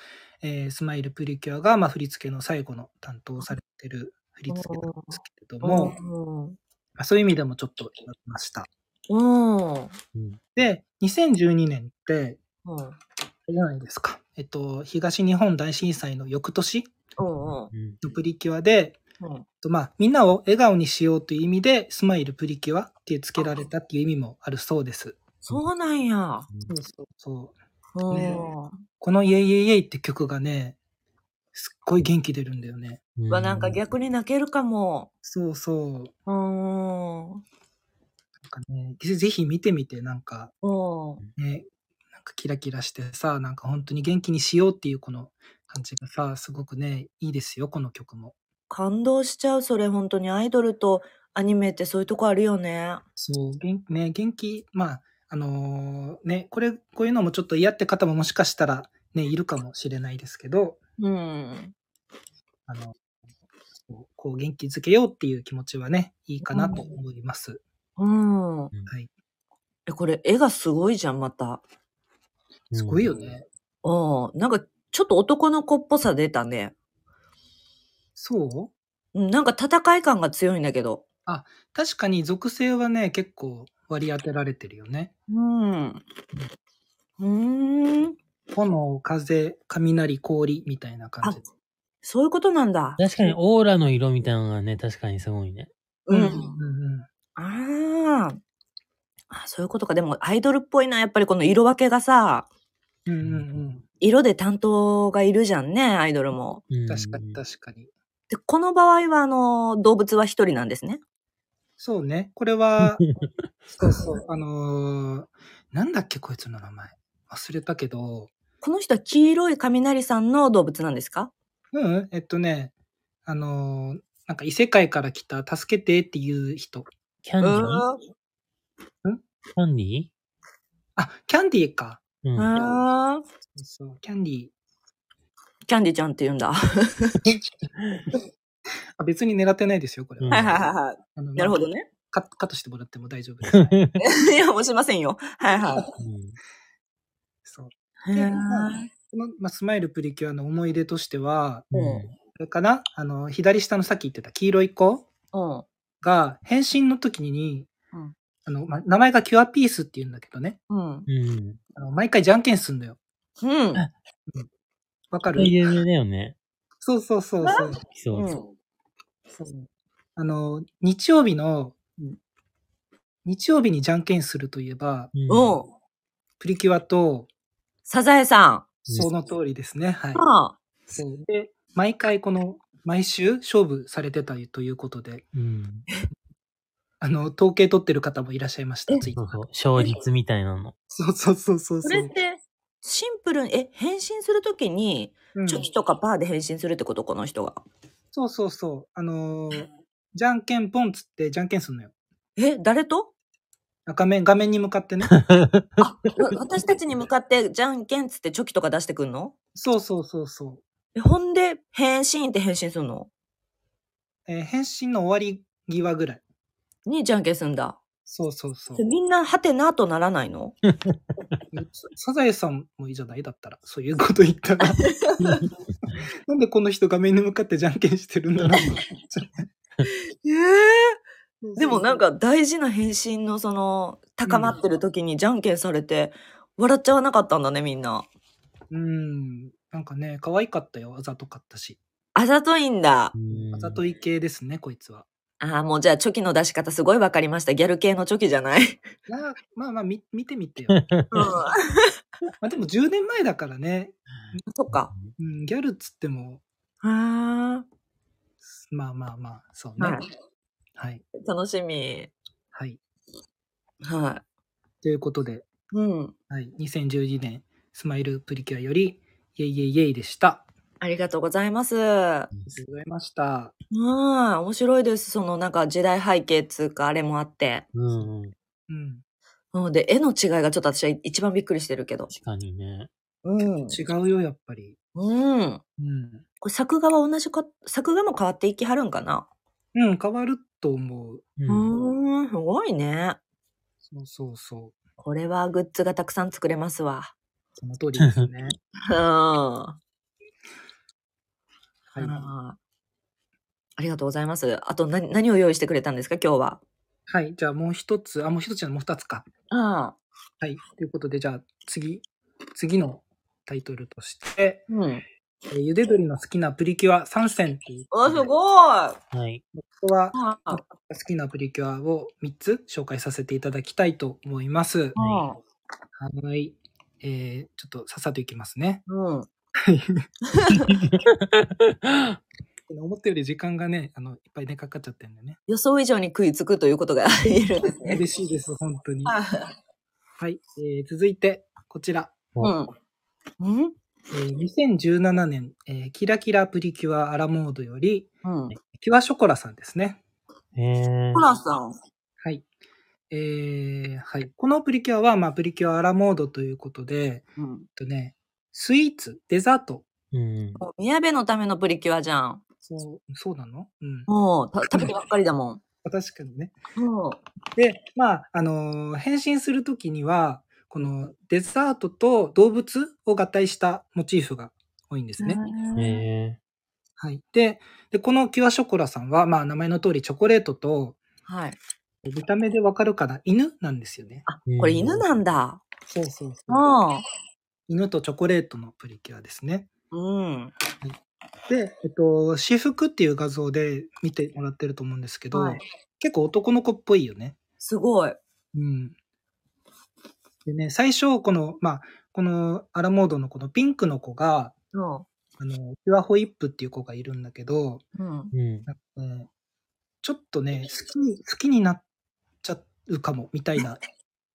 [SPEAKER 3] えースマイルプリキュアが、まあ、振り付けの最後の担当されてる振り付けなんですけれども、まあ、そういう意味でもちょっとやりました。
[SPEAKER 2] うん。うん。
[SPEAKER 1] うん
[SPEAKER 3] で、2012年って、
[SPEAKER 2] うん。
[SPEAKER 3] あれじゃないですか。えっと、東日本大震災の翌年
[SPEAKER 2] うん。
[SPEAKER 1] うん
[SPEAKER 3] のプリキュアで、
[SPEAKER 2] うん。
[SPEAKER 3] えっとまあ、みんなを笑顔にしようという意味で、スマイルプリキュアって付けられたっていう意味もあるそうです。
[SPEAKER 2] そうなんや。
[SPEAKER 3] そうそうそう。
[SPEAKER 2] うん。
[SPEAKER 3] ねこのイエイイエイイエイって曲がね、すっごい元気出るんだよね。
[SPEAKER 1] う
[SPEAKER 2] うんわ、なんか逆に泣けるかも。
[SPEAKER 3] そうそう。な
[SPEAKER 2] う
[SPEAKER 3] ん
[SPEAKER 2] ん。うん。
[SPEAKER 3] かね、ぜぜひ見てみて、なんかね、なんかキラキラしてさ、なんか本当に元気にしようっていうこの感じがさ、すごくね、いいですよ、この曲も。
[SPEAKER 2] 感動しちゃう、それ、本当に。アイドルとアニメってそういうとこあるよね。
[SPEAKER 3] そう、元ね、元気、まあ、あのーね、これ、こういうのもちょっと嫌って方ももしかしたらね、いるかもしれないですけど、
[SPEAKER 2] うん。
[SPEAKER 3] あの、こうこう元気づけようっていう気持ちはね、いいかなと思います。
[SPEAKER 2] うん。
[SPEAKER 3] はい。
[SPEAKER 2] え、これ、絵がすごいじゃん、また。
[SPEAKER 3] すごいよね。。
[SPEAKER 2] うん。なんか、ちょっと男の子っぽさ出たね。
[SPEAKER 3] そう
[SPEAKER 2] うんなんか戦い感が強いんだけど。
[SPEAKER 3] 確かに属性はね結構割り当てられてるよね
[SPEAKER 2] うん。うーん。
[SPEAKER 3] 炎風雷氷みたいな感じ
[SPEAKER 2] そういうことなんだ。
[SPEAKER 1] 確かにオーラの色みたいなのがね、確かにすごいね。
[SPEAKER 2] う。
[SPEAKER 3] うんん
[SPEAKER 2] あーあ。そういうことか。でも、アイドルっぽいな。やっぱりこの色分けがさ、
[SPEAKER 3] うんうんうん
[SPEAKER 2] 色で担当がいるじゃんね、アイドルも。
[SPEAKER 1] うん
[SPEAKER 3] 確かに確かに
[SPEAKER 2] で、この場合は、あの、動物は一人なんですね。
[SPEAKER 3] そうねこれ はそうそうあのーなんだっけこいつの名前忘れたけど
[SPEAKER 2] この人は黄色い雷さんの動物なんですか
[SPEAKER 3] うんうんえっとねあのーなんか異世界から来た助けてっていう人
[SPEAKER 1] キャンディーキャンディー
[SPEAKER 3] あキャンディーか
[SPEAKER 1] うん
[SPEAKER 2] あー
[SPEAKER 3] そうそうキャンディー
[SPEAKER 2] キャンディちゃんって言うんだ。は
[SPEAKER 3] あ別に狙ってないですよこれは、
[SPEAKER 1] うん
[SPEAKER 2] いはいはいはい。
[SPEAKER 3] あの
[SPEAKER 2] なるほどね。
[SPEAKER 3] カカットしてもらっても大丈夫で す
[SPEAKER 2] いや、もうしませんよ。はいは
[SPEAKER 1] うん
[SPEAKER 3] そう
[SPEAKER 2] い。
[SPEAKER 3] で
[SPEAKER 2] へー
[SPEAKER 3] まあこの、まあ、スマイルプリキュアの思い出としては、
[SPEAKER 1] うん
[SPEAKER 3] あれかなあの、左下のさっき言ってた黄色い子
[SPEAKER 2] うん。
[SPEAKER 3] が、変身の時に、
[SPEAKER 2] うん
[SPEAKER 3] あの、まあ、名前がキュアピースって言うんだけどね、
[SPEAKER 2] うん。
[SPEAKER 1] うん。
[SPEAKER 3] あの毎回じゃんけんすんだよ。
[SPEAKER 2] うん。
[SPEAKER 3] わか
[SPEAKER 1] こ
[SPEAKER 3] る
[SPEAKER 1] れ有名だよね。
[SPEAKER 3] そうそうそうそう。
[SPEAKER 1] そうう。
[SPEAKER 2] ん。
[SPEAKER 3] そうあの、日曜日の
[SPEAKER 2] うん、
[SPEAKER 3] 日曜日にじゃんけんするといえば、
[SPEAKER 1] うん
[SPEAKER 2] うん。
[SPEAKER 3] プリキュアと、
[SPEAKER 2] サザエさん。
[SPEAKER 3] その通りですね。はい。
[SPEAKER 2] あ
[SPEAKER 3] そうで、毎回この、毎週勝負されてたということで、
[SPEAKER 1] うん。
[SPEAKER 3] あの、統計取ってる方もいらっしゃいました、ツイッ
[SPEAKER 1] そ
[SPEAKER 3] ター
[SPEAKER 1] うそう。勝率みたいなの。
[SPEAKER 3] そうそうそうそう
[SPEAKER 2] そ
[SPEAKER 3] そ
[SPEAKER 2] れ
[SPEAKER 3] う
[SPEAKER 2] っ。て、シンプルに、え、変身するときに、
[SPEAKER 3] うん
[SPEAKER 2] チョキとかパーで変身するってことこの人が。
[SPEAKER 3] そうそうそう。あのーじゃんけんポンっつってじゃんけんすんのよ。
[SPEAKER 2] え、誰と
[SPEAKER 3] あ画面、画面に向か ってね。
[SPEAKER 2] あ、わ私たちに向かって、じゃんけんっつってチョキとか出してくんの
[SPEAKER 3] そうそうそうそう。
[SPEAKER 2] え、ほんで、変身って変身するの
[SPEAKER 3] えー返信の終わり際ぐらい。
[SPEAKER 2] にじゃんけんすんだ。
[SPEAKER 3] そうそうそう
[SPEAKER 2] で。みんな、はてなとならないの
[SPEAKER 3] ササザエさんもいいじゃないだったら。そういうこと言った ら。 なんでこの人画面に向かってじゃんけんしてるんだろう。
[SPEAKER 2] ええでもなんか大事な返信のその高まってる時にじゃんけんされて笑っちゃわなかったんだねみんな。
[SPEAKER 3] うん。なんかね、可愛かったよ。あざとかったし。
[SPEAKER 2] あざといんだ。
[SPEAKER 3] あざとい系ですね、こいつは。
[SPEAKER 2] ああ、もうじゃあチョキの出し方すごいわかりました。ギャル系のチョキじゃない。
[SPEAKER 3] なまあまあ、み見てみてよ。ま
[SPEAKER 2] うん。
[SPEAKER 3] あでも10年前だからね、
[SPEAKER 2] そっか。
[SPEAKER 3] うん、ギャルっつっても、
[SPEAKER 2] ああ。
[SPEAKER 3] まあまあまあ、そうね。
[SPEAKER 2] は
[SPEAKER 3] はいい。はい。
[SPEAKER 2] 楽しみ。は
[SPEAKER 3] ということで、
[SPEAKER 2] い。うん。
[SPEAKER 3] はい、2012年、スマイルプリキュアより、イェイイェイイェイでした。あ
[SPEAKER 2] ありがとうございます。うん、
[SPEAKER 3] りがとうございました。
[SPEAKER 2] 面白いです。そのなんか時代背景っつうか、あれもあって。
[SPEAKER 1] うんうん。
[SPEAKER 3] うん。
[SPEAKER 2] うん、で、絵の違いがちょっと私は一番びっくりしてるけど。
[SPEAKER 1] 確かにね。
[SPEAKER 2] うん。
[SPEAKER 3] 違うよ、やっぱり。
[SPEAKER 2] うん。
[SPEAKER 3] うん。
[SPEAKER 2] これ作画は同じか、作画も変わっていきはるんかな。
[SPEAKER 3] うん、変わると思う。
[SPEAKER 1] う
[SPEAKER 2] うーん、すごいね。
[SPEAKER 3] そうそうそう。
[SPEAKER 2] これはグッズがたくさん作れますわ。
[SPEAKER 3] その通りです ね。
[SPEAKER 2] うん。は
[SPEAKER 3] はい。
[SPEAKER 2] ありがとうございます。あと何、何を用意してくれたんですか、今日は。
[SPEAKER 3] はい、じゃあもう一つ、あ、もう一つじゃないもう二つか。
[SPEAKER 2] ああ。
[SPEAKER 3] はい。ということで、じゃあ次、次のタイトルとして、
[SPEAKER 2] うん。
[SPEAKER 3] えーゆで鶏の好きなプリキュア3選という。
[SPEAKER 2] あ、す
[SPEAKER 3] い。
[SPEAKER 2] ごい。
[SPEAKER 1] はい。
[SPEAKER 3] 僕は
[SPEAKER 2] ああ。
[SPEAKER 3] 好きなプリキュアを3つ紹介させていただきたいと思います。
[SPEAKER 1] は
[SPEAKER 3] はい。えー、ちょっとさっさといきますね。
[SPEAKER 2] うん。
[SPEAKER 3] 思ったより時間がね、あの、いっぱいね、かかっちゃってるんでね。
[SPEAKER 2] 予想以上に食いつくということが言えるんですね。
[SPEAKER 3] 嬉しいです、本当に。は
[SPEAKER 2] あ
[SPEAKER 3] い。えー、続いて、こちら。
[SPEAKER 2] うん。うん
[SPEAKER 3] えー、2017年、えーキラキラプリキュアアラモードより、
[SPEAKER 2] うん。
[SPEAKER 3] キュアショコラさんですね。
[SPEAKER 1] へえ
[SPEAKER 2] ホ。ラさん。
[SPEAKER 3] はい。えー、はい。このプリキュアは、まあ、プリキュアアラモードということで、
[SPEAKER 2] うん。
[SPEAKER 3] えっとね、スイーツ、デザート。
[SPEAKER 1] うん。
[SPEAKER 2] もう宮部のためのプリキュアじゃん。
[SPEAKER 3] そう、そうなのうん。
[SPEAKER 2] もう、た食べてばっかりだもん。
[SPEAKER 3] 確かにね。
[SPEAKER 2] うん。
[SPEAKER 3] で、まあ、あのー変身するときには、このデザートと動物を合体したモチーフが多いんですね。
[SPEAKER 1] へ
[SPEAKER 2] ね。
[SPEAKER 1] え。
[SPEAKER 3] はい。で、で、このキュアショコラさんは、まあ、名前の通りチョコレートと、
[SPEAKER 2] はい。
[SPEAKER 3] 見た目でわかるかな犬なんですよね。
[SPEAKER 2] あ、これ犬なんだ。
[SPEAKER 3] そうそうそう。
[SPEAKER 2] う
[SPEAKER 3] 犬とチョコレートのプリキュアですね。
[SPEAKER 2] ん。うん。
[SPEAKER 3] で、えっと、私服っていう画像で見てもらってると思うんですけど、
[SPEAKER 2] はい
[SPEAKER 3] 結構男の子っぽいよね。
[SPEAKER 2] すごい。
[SPEAKER 3] うん。でね、最初、この、まあ、このアラモードのこのピンクの子が、
[SPEAKER 2] うん。
[SPEAKER 3] あの、ピュアホイップっていう子がいるんだけど、
[SPEAKER 2] うん。
[SPEAKER 1] うん。
[SPEAKER 3] うんちょっとね、好きに、好きになっちゃうかも、みたいな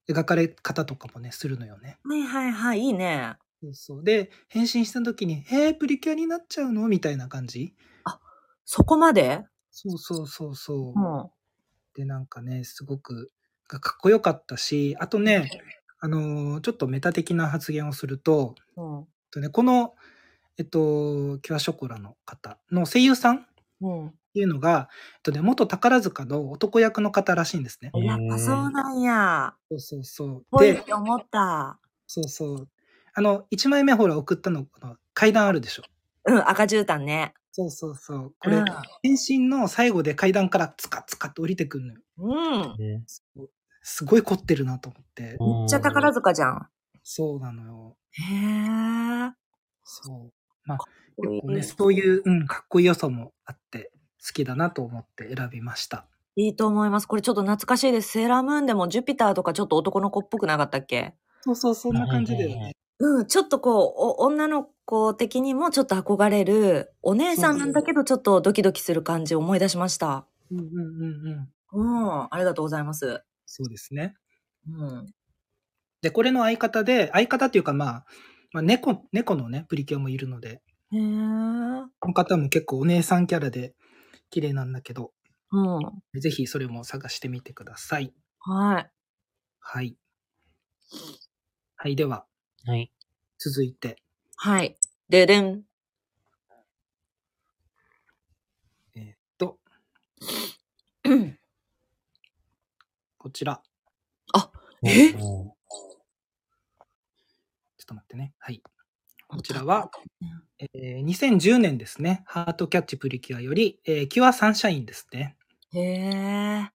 [SPEAKER 3] 描かれ方とかもね、するのよね。
[SPEAKER 2] はいはいはい、いいね。
[SPEAKER 3] そうそう。で、変身した時に、えー、プリキュアになっちゃうのみたいな感じ。
[SPEAKER 2] そこまで
[SPEAKER 3] そうそうそうそう。
[SPEAKER 2] うん。
[SPEAKER 3] で、なんかね、すごくかっこよかったし、あとね、あのーちょっとメタ的な発言をすると、
[SPEAKER 2] うん。
[SPEAKER 3] えっとね、この、えっと、キュアショコラの方の声優さんっ
[SPEAKER 2] うん。
[SPEAKER 3] ていうのが、えっとね、元宝塚の男役の方らしいんですね。
[SPEAKER 2] やっぱそうなんや。
[SPEAKER 3] そうそうそう。
[SPEAKER 2] ぽいっ
[SPEAKER 3] で、
[SPEAKER 2] て思った。
[SPEAKER 3] そうそう。あの、1枚目ほら送ったの、この階段あるでしょ。
[SPEAKER 2] うん、赤絨毯ね。
[SPEAKER 3] そうそうそう。これ、
[SPEAKER 2] うん
[SPEAKER 3] 変身の最後で階段からツカツカって降りてくるのよ。
[SPEAKER 2] うん。
[SPEAKER 1] へえ
[SPEAKER 3] すごい凝ってるなと思って。
[SPEAKER 2] めっちゃ宝塚じゃん。
[SPEAKER 3] そうなのよ。
[SPEAKER 2] へえ。
[SPEAKER 3] そう。まあ、
[SPEAKER 2] こいい
[SPEAKER 3] 結構ね、そういう、うん、かっこいい要素もあって、好きだなと思って選びました。
[SPEAKER 2] いいと思います。これちょっと懐かしいです。セーラームーンでもジュピターとかちょっと男の子っぽくなかったっけ
[SPEAKER 3] そうそう、そんな感じだよ
[SPEAKER 1] はいはいは
[SPEAKER 3] ね。
[SPEAKER 2] うん、ちょっとこう、お女の子的にもちょっと憧れる、お姉さんなんだけどちょっとドキドキする感じを思い出しました。
[SPEAKER 3] うんうんうんうん。
[SPEAKER 2] うん、ありがとうございます。
[SPEAKER 3] そうですね。
[SPEAKER 2] うん。
[SPEAKER 3] で、これの相方で、相方っていうかまあ、まあ、猫、猫のね、プリキュアもいるので、
[SPEAKER 2] へえ。
[SPEAKER 3] この方も結構お姉さんキャラで綺麗なんだけど、
[SPEAKER 2] うん。
[SPEAKER 3] ぜひそれも探してみてください。
[SPEAKER 2] はい。
[SPEAKER 3] はい。はい、では、
[SPEAKER 1] はい。
[SPEAKER 3] 続いて、
[SPEAKER 2] はい。ででん。
[SPEAKER 3] えーっと、
[SPEAKER 2] うん
[SPEAKER 3] こちら。
[SPEAKER 2] え
[SPEAKER 1] うん
[SPEAKER 3] ちょっと待ってね。はい。こちらは、えー2010年ですね。ハートキャッチプリキュアより、えーキュアサンシャインですね。
[SPEAKER 2] へえ。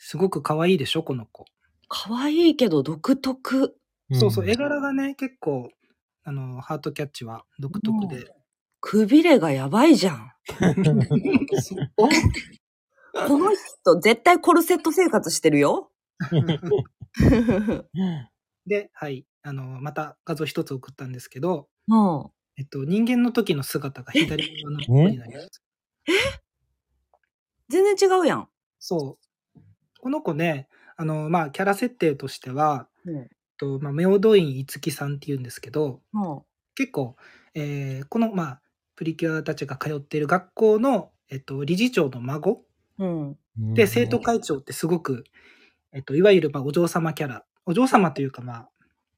[SPEAKER 3] すごく可愛いでしょ、この子。
[SPEAKER 2] 可愛いけど独特。
[SPEAKER 3] そうそう、絵柄
[SPEAKER 1] が。
[SPEAKER 3] がね、結構、あの、ハートキャッチは独特で。
[SPEAKER 2] くびれがやばいじゃん。
[SPEAKER 3] そう
[SPEAKER 2] おこの人絶対コルセット生活してる よ。
[SPEAKER 3] で、はい、あの、また画像一つ送ったんですけど、
[SPEAKER 2] も
[SPEAKER 3] えっと、人間の時の姿が左側の方になります。
[SPEAKER 2] う、全然違うやん。
[SPEAKER 3] そう。この子ね、あの、まあ、キャラ設定としては、
[SPEAKER 2] うん
[SPEAKER 3] えっと、まあ、明動院五木さんっていうんですけど、
[SPEAKER 2] も
[SPEAKER 3] 結構、えーこの、まあ、プリキュアたちが通っている学校の、えっと、理事長の孫
[SPEAKER 2] う、うん。
[SPEAKER 3] で、生徒会長ってすごく、えっと、いわゆる、まあ、お嬢様キャラ。お嬢様というか、まあ、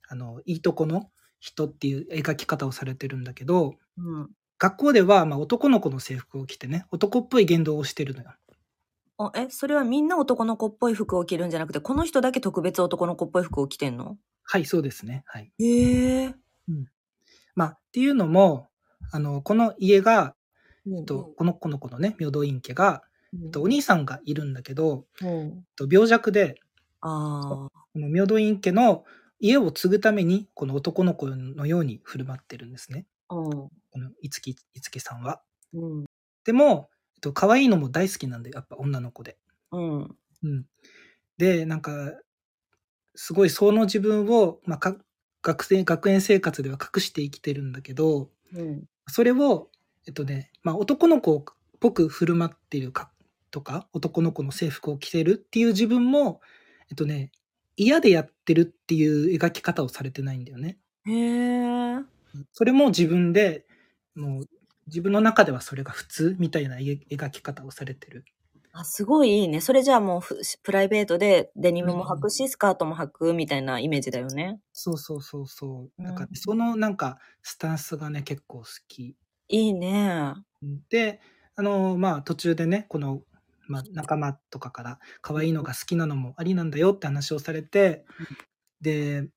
[SPEAKER 3] あの、いいとこの人っていう描き方をされてるんだけど、
[SPEAKER 2] うん。
[SPEAKER 3] 学校では、まあ、男の子の制服を着てね、男っぽい言動をしてるのよ。
[SPEAKER 2] あえ、それはみんな男の子っぽい服を着るんじゃなくて、この人だけ特別男の子っぽい服を着てんの
[SPEAKER 3] はい、そうですね。はい。
[SPEAKER 2] へえ。
[SPEAKER 3] まあ、っていうのも、あの、この家が、
[SPEAKER 2] う
[SPEAKER 3] えっ
[SPEAKER 2] ん
[SPEAKER 3] と、この子の子のね、平等院家が、えっと、お兄さんがいるんだけど、
[SPEAKER 2] うん
[SPEAKER 3] えっと病弱で、
[SPEAKER 2] ああ。
[SPEAKER 3] この明洞院家の家を継ぐために、この男の子のように振る舞ってるんですね。
[SPEAKER 2] うん。
[SPEAKER 3] この五木、五木さんは。
[SPEAKER 2] うん。
[SPEAKER 3] でも、えっと、可愛いのも大好きなんで、やっぱ女の子で。
[SPEAKER 2] うん。
[SPEAKER 3] うん。で、なんか、すごいその自分を、まあ、か学生、学園生活では隠して生きてるんだけど、
[SPEAKER 2] うん。
[SPEAKER 3] それを、えっとね、まあ、男の子っぽく振る舞っているかとか、男の子の制服を着てるっていう自分も、えっとね、嫌でやってるっていう描き方をされてないんだよね。
[SPEAKER 2] へえ。
[SPEAKER 3] それも自分で、もう自分の中ではそれが普通みたいな絵描き方をされてる。
[SPEAKER 2] あ、すごいいいね。それじゃあもうふ、プライベートでデニムも履くし、スカートも履くみたいなイメージだよね。
[SPEAKER 3] そうそうそうそう。だから、
[SPEAKER 2] うん
[SPEAKER 3] そのなんかスタンスがね、結構好き。
[SPEAKER 2] いいね。
[SPEAKER 3] で、あの、まあ途中でね、この、まあ、仲間とかから可愛いのが好きなのもありなんだよって話をされて、で、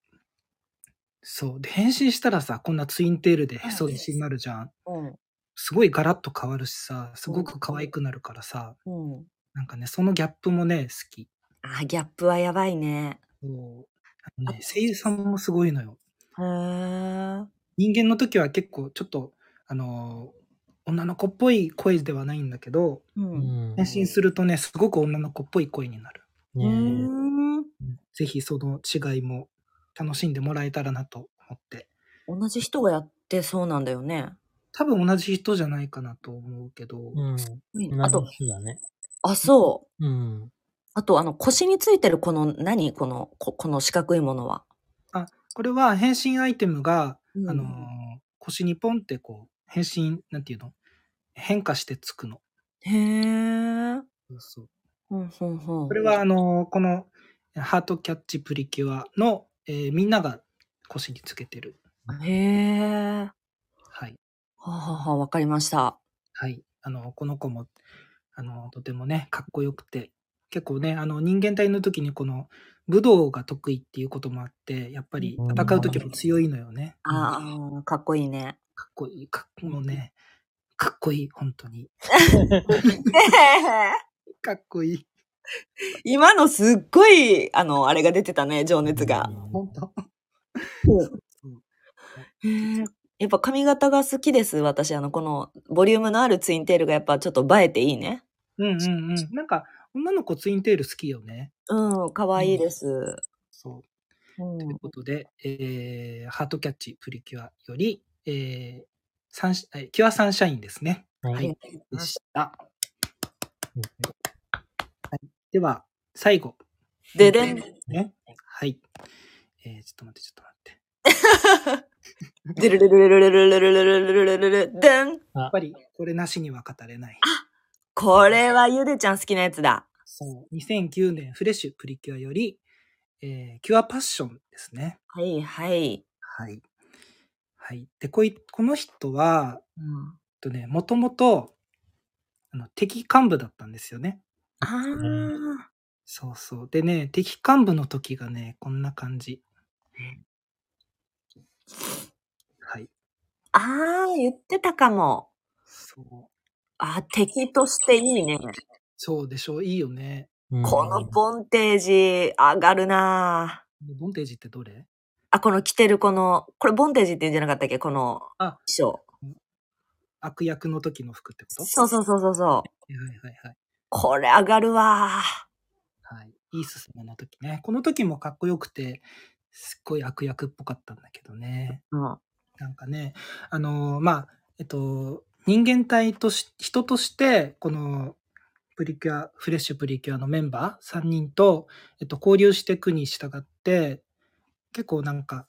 [SPEAKER 3] そう。で、変身したらさ、こんなツインテールでへ そ出しになるじゃん。
[SPEAKER 2] うん。
[SPEAKER 3] すごいガラッと変わるしさ、すごく可愛くなるからさ、
[SPEAKER 2] うん。
[SPEAKER 3] なんかね、そのギャップもね、好き。
[SPEAKER 2] あ、ギャップはやばいね。
[SPEAKER 3] そうあのね、声優さんもすごいのよ。
[SPEAKER 2] へえ。
[SPEAKER 3] 人間の時は結構ちょっと、あのー女の子っぽい声ではないんだけど、
[SPEAKER 2] う。
[SPEAKER 1] うんん。
[SPEAKER 3] 変身するとね、すごく女の子っぽい声になる。
[SPEAKER 2] う
[SPEAKER 1] ね
[SPEAKER 2] ん。
[SPEAKER 3] ぜひその違いも楽しんでもらえたらなと思って。
[SPEAKER 2] 同じ人がやってそうなんだよね。
[SPEAKER 3] 多分同じ人じゃないかなと思うけど、
[SPEAKER 1] うん。
[SPEAKER 2] あ
[SPEAKER 1] 同
[SPEAKER 2] と
[SPEAKER 1] じ、人だね。
[SPEAKER 2] あ、そう。
[SPEAKER 1] うん。
[SPEAKER 2] あと、あの、腰についてるこの、何この、ここの四角いものは。
[SPEAKER 3] これは変身アイテムが、
[SPEAKER 2] うん
[SPEAKER 3] あのー腰にポンってこう、変身、なんていうの変化してつくの。
[SPEAKER 2] へえ。
[SPEAKER 3] そうそう
[SPEAKER 2] ほんほんほん。
[SPEAKER 3] これはあのーこのハートキャッチプリキュアの、えーみんなが腰につけてる。
[SPEAKER 2] へえ。
[SPEAKER 3] はい。
[SPEAKER 2] はあはあはあ、わかりました。
[SPEAKER 3] はい。あのーこの子も、あのーとてもね、かっこよくて、結構ね、あの、人間体の時にこの武道が得意っていうこともあって、やっぱり戦う時も強いのよね。
[SPEAKER 2] ああ、かっこいいね。
[SPEAKER 3] かっこいい。かっもうね、かっこいい、本当に。かっこいい。
[SPEAKER 2] 今のすっごい、あの、あれが出てたね、情熱が。
[SPEAKER 3] 本当
[SPEAKER 2] やっぱ髪型が好きです、私。あの、この、ボリュームのあるツインテールがやっぱちょっと映えていいね。
[SPEAKER 3] うんうんうん。なんか、女の子ツインテール好きよね。
[SPEAKER 2] うん、かわいいです。
[SPEAKER 3] そう。
[SPEAKER 2] うん
[SPEAKER 3] ということで、えーハートキャッチプリキュアより、えーサンシえーキュアサンシャインですね。
[SPEAKER 1] はい
[SPEAKER 3] はい。
[SPEAKER 2] うん
[SPEAKER 3] でした。はい、では、最後。
[SPEAKER 2] ででん。
[SPEAKER 3] ね。はい。えーちょっと待って、ちょっと待って。
[SPEAKER 2] でるるるるるるるるるるるるるでん。
[SPEAKER 3] やっぱり、これなしには語れない。
[SPEAKER 2] これはゆでちゃん好きなやつだ。
[SPEAKER 3] そう。2009年、フレッシュプリキュアより、えーキュアパッションですね。
[SPEAKER 2] はい、はい。
[SPEAKER 3] はい。はい。で、こい、この人は、
[SPEAKER 2] うん、
[SPEAKER 3] えっとね、もともと、あの、敵幹部だったんですよね。
[SPEAKER 2] ああ。
[SPEAKER 3] そうそう。でね、敵幹部の時がね、こんな感じ。はい。
[SPEAKER 2] ああ、言ってたかも。
[SPEAKER 3] そう。
[SPEAKER 2] あー敵としていいね。
[SPEAKER 3] そうでしょう。いいよね。
[SPEAKER 1] うん
[SPEAKER 2] このボンテージ上がるなぁ
[SPEAKER 3] ボンテージってどれ
[SPEAKER 2] あ、この着てるこの、これボンテージって言うんじゃなかったっけこの
[SPEAKER 3] あ
[SPEAKER 2] 衣装。
[SPEAKER 3] 悪役の時の服ってこと
[SPEAKER 2] そうそうそうそうそう。
[SPEAKER 3] はいはいはい。
[SPEAKER 2] これ上がるわぁ
[SPEAKER 3] はい。イース様の時ね。この時もかっこよくて、すっごい悪役っぽかったんだけどね。
[SPEAKER 2] うん。
[SPEAKER 3] なんかね、あのまあ、えっと、人間体とし、人として、この、プリキュア、フレッシュプリキュアのメンバー3人と、えっと、交流していくに従って、結構なんか、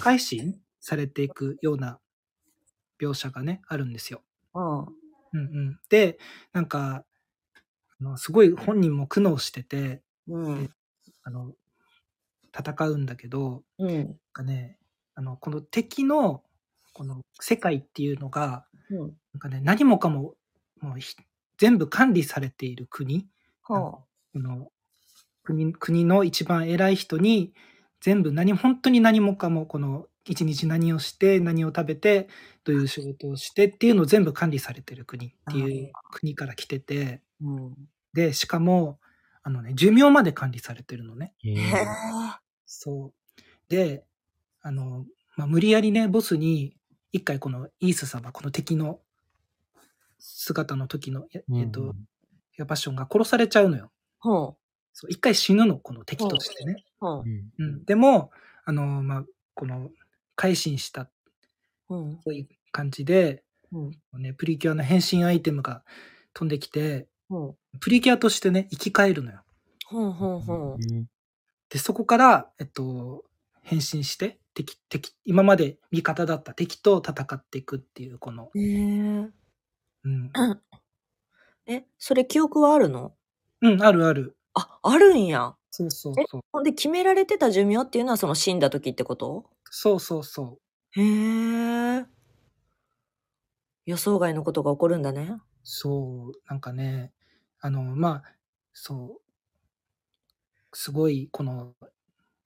[SPEAKER 3] 改心されていくような描写がね、あるんですよ。
[SPEAKER 2] うん。
[SPEAKER 3] うんうん。で、なんか、あのすごい本人も苦悩してて、
[SPEAKER 2] うん。
[SPEAKER 3] あの、戦うんだけど、
[SPEAKER 2] うん。
[SPEAKER 3] なんかね、あの、この敵の、この世界っていうのが、
[SPEAKER 2] うん。
[SPEAKER 3] なんかね、何もかも、もうひ全部管理されている国、
[SPEAKER 2] ほ
[SPEAKER 3] この国、国の一番偉い人に、全部何も、本当に何もかも、この、一日何をして、何を食べて、どういう仕事をしてっていうのを全部管理されてる国っていう国から来てて、
[SPEAKER 2] う。うん。
[SPEAKER 3] で、しかも、あのね、寿命まで管理されてるのね。
[SPEAKER 1] え
[SPEAKER 2] へ
[SPEAKER 1] ー
[SPEAKER 2] ぇ
[SPEAKER 3] そう。で、あの、まあ、無理やりね、ボスに、一回このイース様、この敵の姿の時の、え
[SPEAKER 1] うん
[SPEAKER 3] えっと、キュアパッションが殺されちゃうのよ。
[SPEAKER 2] ほう。
[SPEAKER 3] そう、一回死ぬの、この敵としてね。
[SPEAKER 2] ほ
[SPEAKER 1] うん
[SPEAKER 3] うん。でも、あの、まあ、この、改心した、
[SPEAKER 2] う。うん。
[SPEAKER 3] こういう感じで、
[SPEAKER 2] うん。
[SPEAKER 3] ね、プリキュアの変身アイテムが飛んできて、
[SPEAKER 2] ほう。
[SPEAKER 3] プリキュアとしてね、生き返るのよ。
[SPEAKER 2] ほうほう
[SPEAKER 1] う
[SPEAKER 2] ほ
[SPEAKER 1] ん
[SPEAKER 3] で、そこから、えっと、変身して、敵、敵、今まで味方だった敵と戦っていくっていう、この、
[SPEAKER 2] う。へぇ
[SPEAKER 3] うん。
[SPEAKER 2] え、それ記憶はあるの
[SPEAKER 3] うん、あるある。
[SPEAKER 2] あ、あるんや。
[SPEAKER 3] そうそうそう。
[SPEAKER 2] ほんで、決められてた寿命っていうのはその死んだ時ってこと
[SPEAKER 3] そうそうそう。
[SPEAKER 2] へえ。予想外のことが起こるんだね。
[SPEAKER 3] そう、なんかね、あの、まあ、そう、すごい、この、